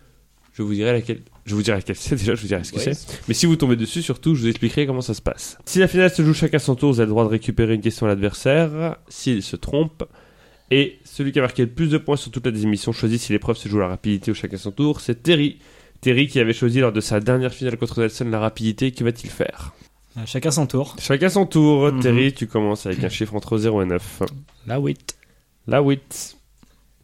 B: je vous dirai laquelle. Je vous dirai laquelle c'est déjà, je vous dirai ce que c'est. Mais si vous tombez dessus, surtout, je vous expliquerai comment ça se passe. Si la finale se joue chacun son tour, vous avez le droit de récupérer une question à l'adversaire s'il se trompe. Et celui qui a marqué le plus de points sur toute la désémission choisit si l'épreuve se joue à la rapidité ou chacun son tour. C'est Terry. Terry qui avait choisi lors de sa dernière finale contre Nelson la rapidité. Que va-t-il faire
A: Euh, Chacun son tour.
B: Chacun son tour.
A: Mhm.
B: Terry, tu commences avec un chiffre entre 0 et 9.
A: La wit.
B: La 8.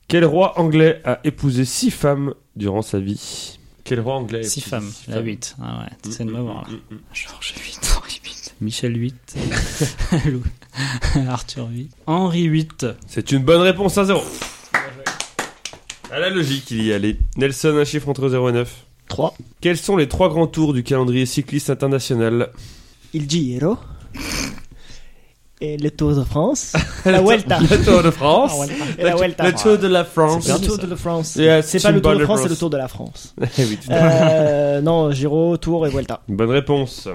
B: Quel roi anglais a épousé 6 femmes durant sa vie Quel roi anglais a
A: Six
B: épousé
A: femmes.
B: six
A: La 8. Ah ouais, t'essaies de me voir là.
B: Mm, mm, mm.
A: Georges 8, Henri 8. Michel 8. *laughs* Arthur 8. Henri 8.
B: C'est une bonne réponse à 0. À la logique, il y allait. Nelson, un chiffre entre 0 et 9.
D: 3.
B: Quels sont les trois grands tours du calendrier cycliste international
D: Il Giro. Et le Tour de *laughs* France. *laughs* La Vuelta.
B: Le Tour de France.
D: La Vuelta. Et la Vuelta.
B: Le Tour de la France.
D: Le Tour de France.
B: Yeah,
D: C'est pas le Tour
B: symbol
D: de
B: of
D: France,
B: France.
D: c'est le Tour de
B: *laughs*
D: la France.
B: Eh oui, tout à fait.
D: Euh, non, Giro, Tour et Vuelta.
B: Bonne réponse.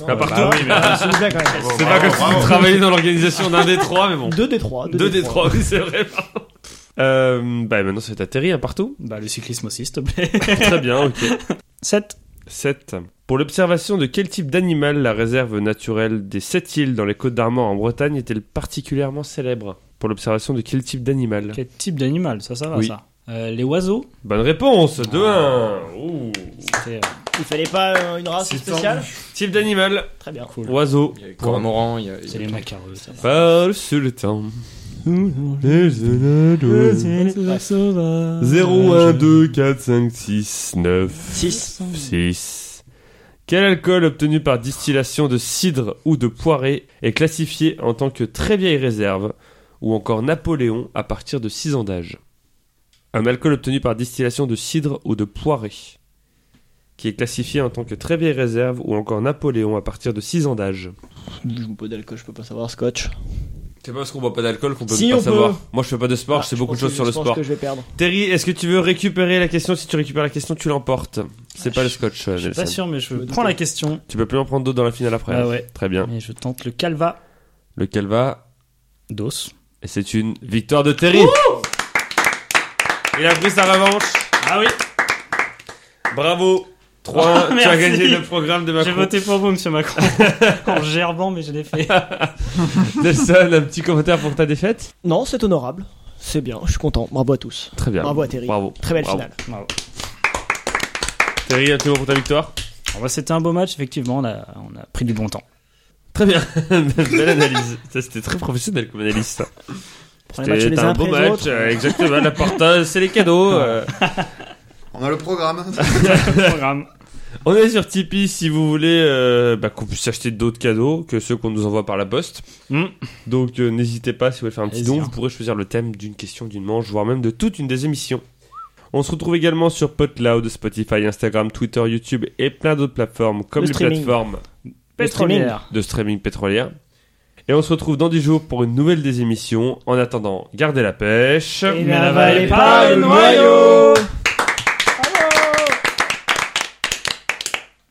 D: Non,
B: Ah, par
D: bah,
B: toi.
D: oui, mais s'il vous plaît, quand même.
B: C'est pas comme si vous travailliez dans l'organisation d'un des trois, mais bon.
D: Deux des trois.
B: Deux des trois, oui, c'est vrai. pardon. Euh, bah maintenant c'est à Terry, hein, partout.
A: Bah, le cyclisme aussi, s'il te plaît. *laughs*
B: Très bien, ok.
A: 7.
B: 7. Pour l'observation de quel type d'animal la réserve naturelle des sept îles dans les Côtes d'Armor en Bretagne est-elle particulièrement célèbre Pour l'observation de quel type d'animal
A: Quel type d'animal Ça, ça va,
B: Oui.
A: ça. Euh, les oiseaux
B: Bonne réponse, 2-1. Ouh.
A: C'était euh,
D: Il fallait pas euh, une race
B: C'est
D: spéciale
B: Type d'animal
D: Très bien.
A: cool.
B: Oiseau.
E: Il y a Cormoran, il y a. il y a
A: C'est les
E: plein de-
A: macareux. ça.
B: Parle sur le temps.
A: Euh, sauvage.
B: 0,
A: euh,
B: 1, 2, 4, 5, 6, 9,
D: 6.
B: 6. Quel alcool obtenu par distillation de cidre ou de poirée est classifié en tant que très vieille réserve ou encore Napoléon à partir de 6 ans d'âge Un alcool obtenu par distillation de cidre ou de poirée qui est classifié en tant que très vieille réserve ou encore Napoléon à partir de 6 ans d'âge.
D: Je me pose d'alcool, je peux pas savoir. Scotch.
B: C'est pas parce qu'on boit pas d'alcool qu'on peut
D: Si,
B: pas
D: on
B: savoir.
D: peut.
B: Moi, je fais pas de sport,
D: Ah,
B: je sais
D: je
B: beaucoup de choses
D: pense que-
B: sur le
D: je pense
B: sport.
D: que je vais perdre.
B: Terry, est-ce que tu veux récupérer la question Si tu récupères la question, tu l'emportes. C'est
D: Ah,
B: pas le scotch,
A: Je suis
B: Nelson.
A: pas sûr, mais je
D: me
A: prends
D: doutais.
A: la question.
B: Tu peux plus en prendre d'autres dans la finale après.
A: Ah ouais.
B: Très bien.
A: Et je tente le calva.
B: Lequel va
A: Dos.
B: Et c'est une victoire de Terry. Il a pris sa revanche.
A: Ah oui,
B: Bravo. 3
A: Oh,
B: tu as
A: merci.
B: gagné le programme de
A: j'ai
B: Macron.
A: voté pour vous, monsieur Macron. *laughs* en gerbant, mais je l'ai *laughs* fait.
B: Nelson, un petit commentaire pour ta défaite
D: Non, c'est honorable. C'est bien, je suis content. Bravo à tous.
B: Très bien.
D: Bravo à Terry.
B: Bravo.
D: Très belle
B: Bravo.
D: finale.
B: Terry, un petit mot pour
A: *laughs*
B: ta victoire
A: Bon, bah, C'était un beau match, effectivement. On a, on a pris du bon temps.
B: Très bien. Belle analyse. Ça, c'était très professionnel comme analyse. ça.
D: Prends les matchs les
B: C'était
D: uns
B: un
D: après
B: beau
D: les
B: match.
D: autres.
B: euh, exactement. La porte, c'est les cadeaux.
A: Ah.
B: euh.
C: On a le programme.
A: Programme.
B: On est sur Tipeee si vous voulez euh, bah, qu'on puisse acheter d'autres cadeaux que ceux qu'on nous envoie par la poste.
A: Mm.
B: Donc euh, n'hésitez pas si vous voulez faire un petit
A: Plaisir.
B: don,
D: hein.
B: vous pourrez choisir le thème d'une question, d'une manche, voire même de toute une des émissions. On se retrouve également sur PodCloud, Spotify, Instagram, Twitter, YouTube et plein d'autres plateformes comme
D: Le
B: les
D: streaming.
B: plateformes
D: Le streaming.
A: Pétrolière.
B: de streaming pétrolière. Et on se retrouve dans 10 jours pour une nouvelle des émissions. En attendant, gardez la pêche.
A: Et n'avalez pas le
D: noyau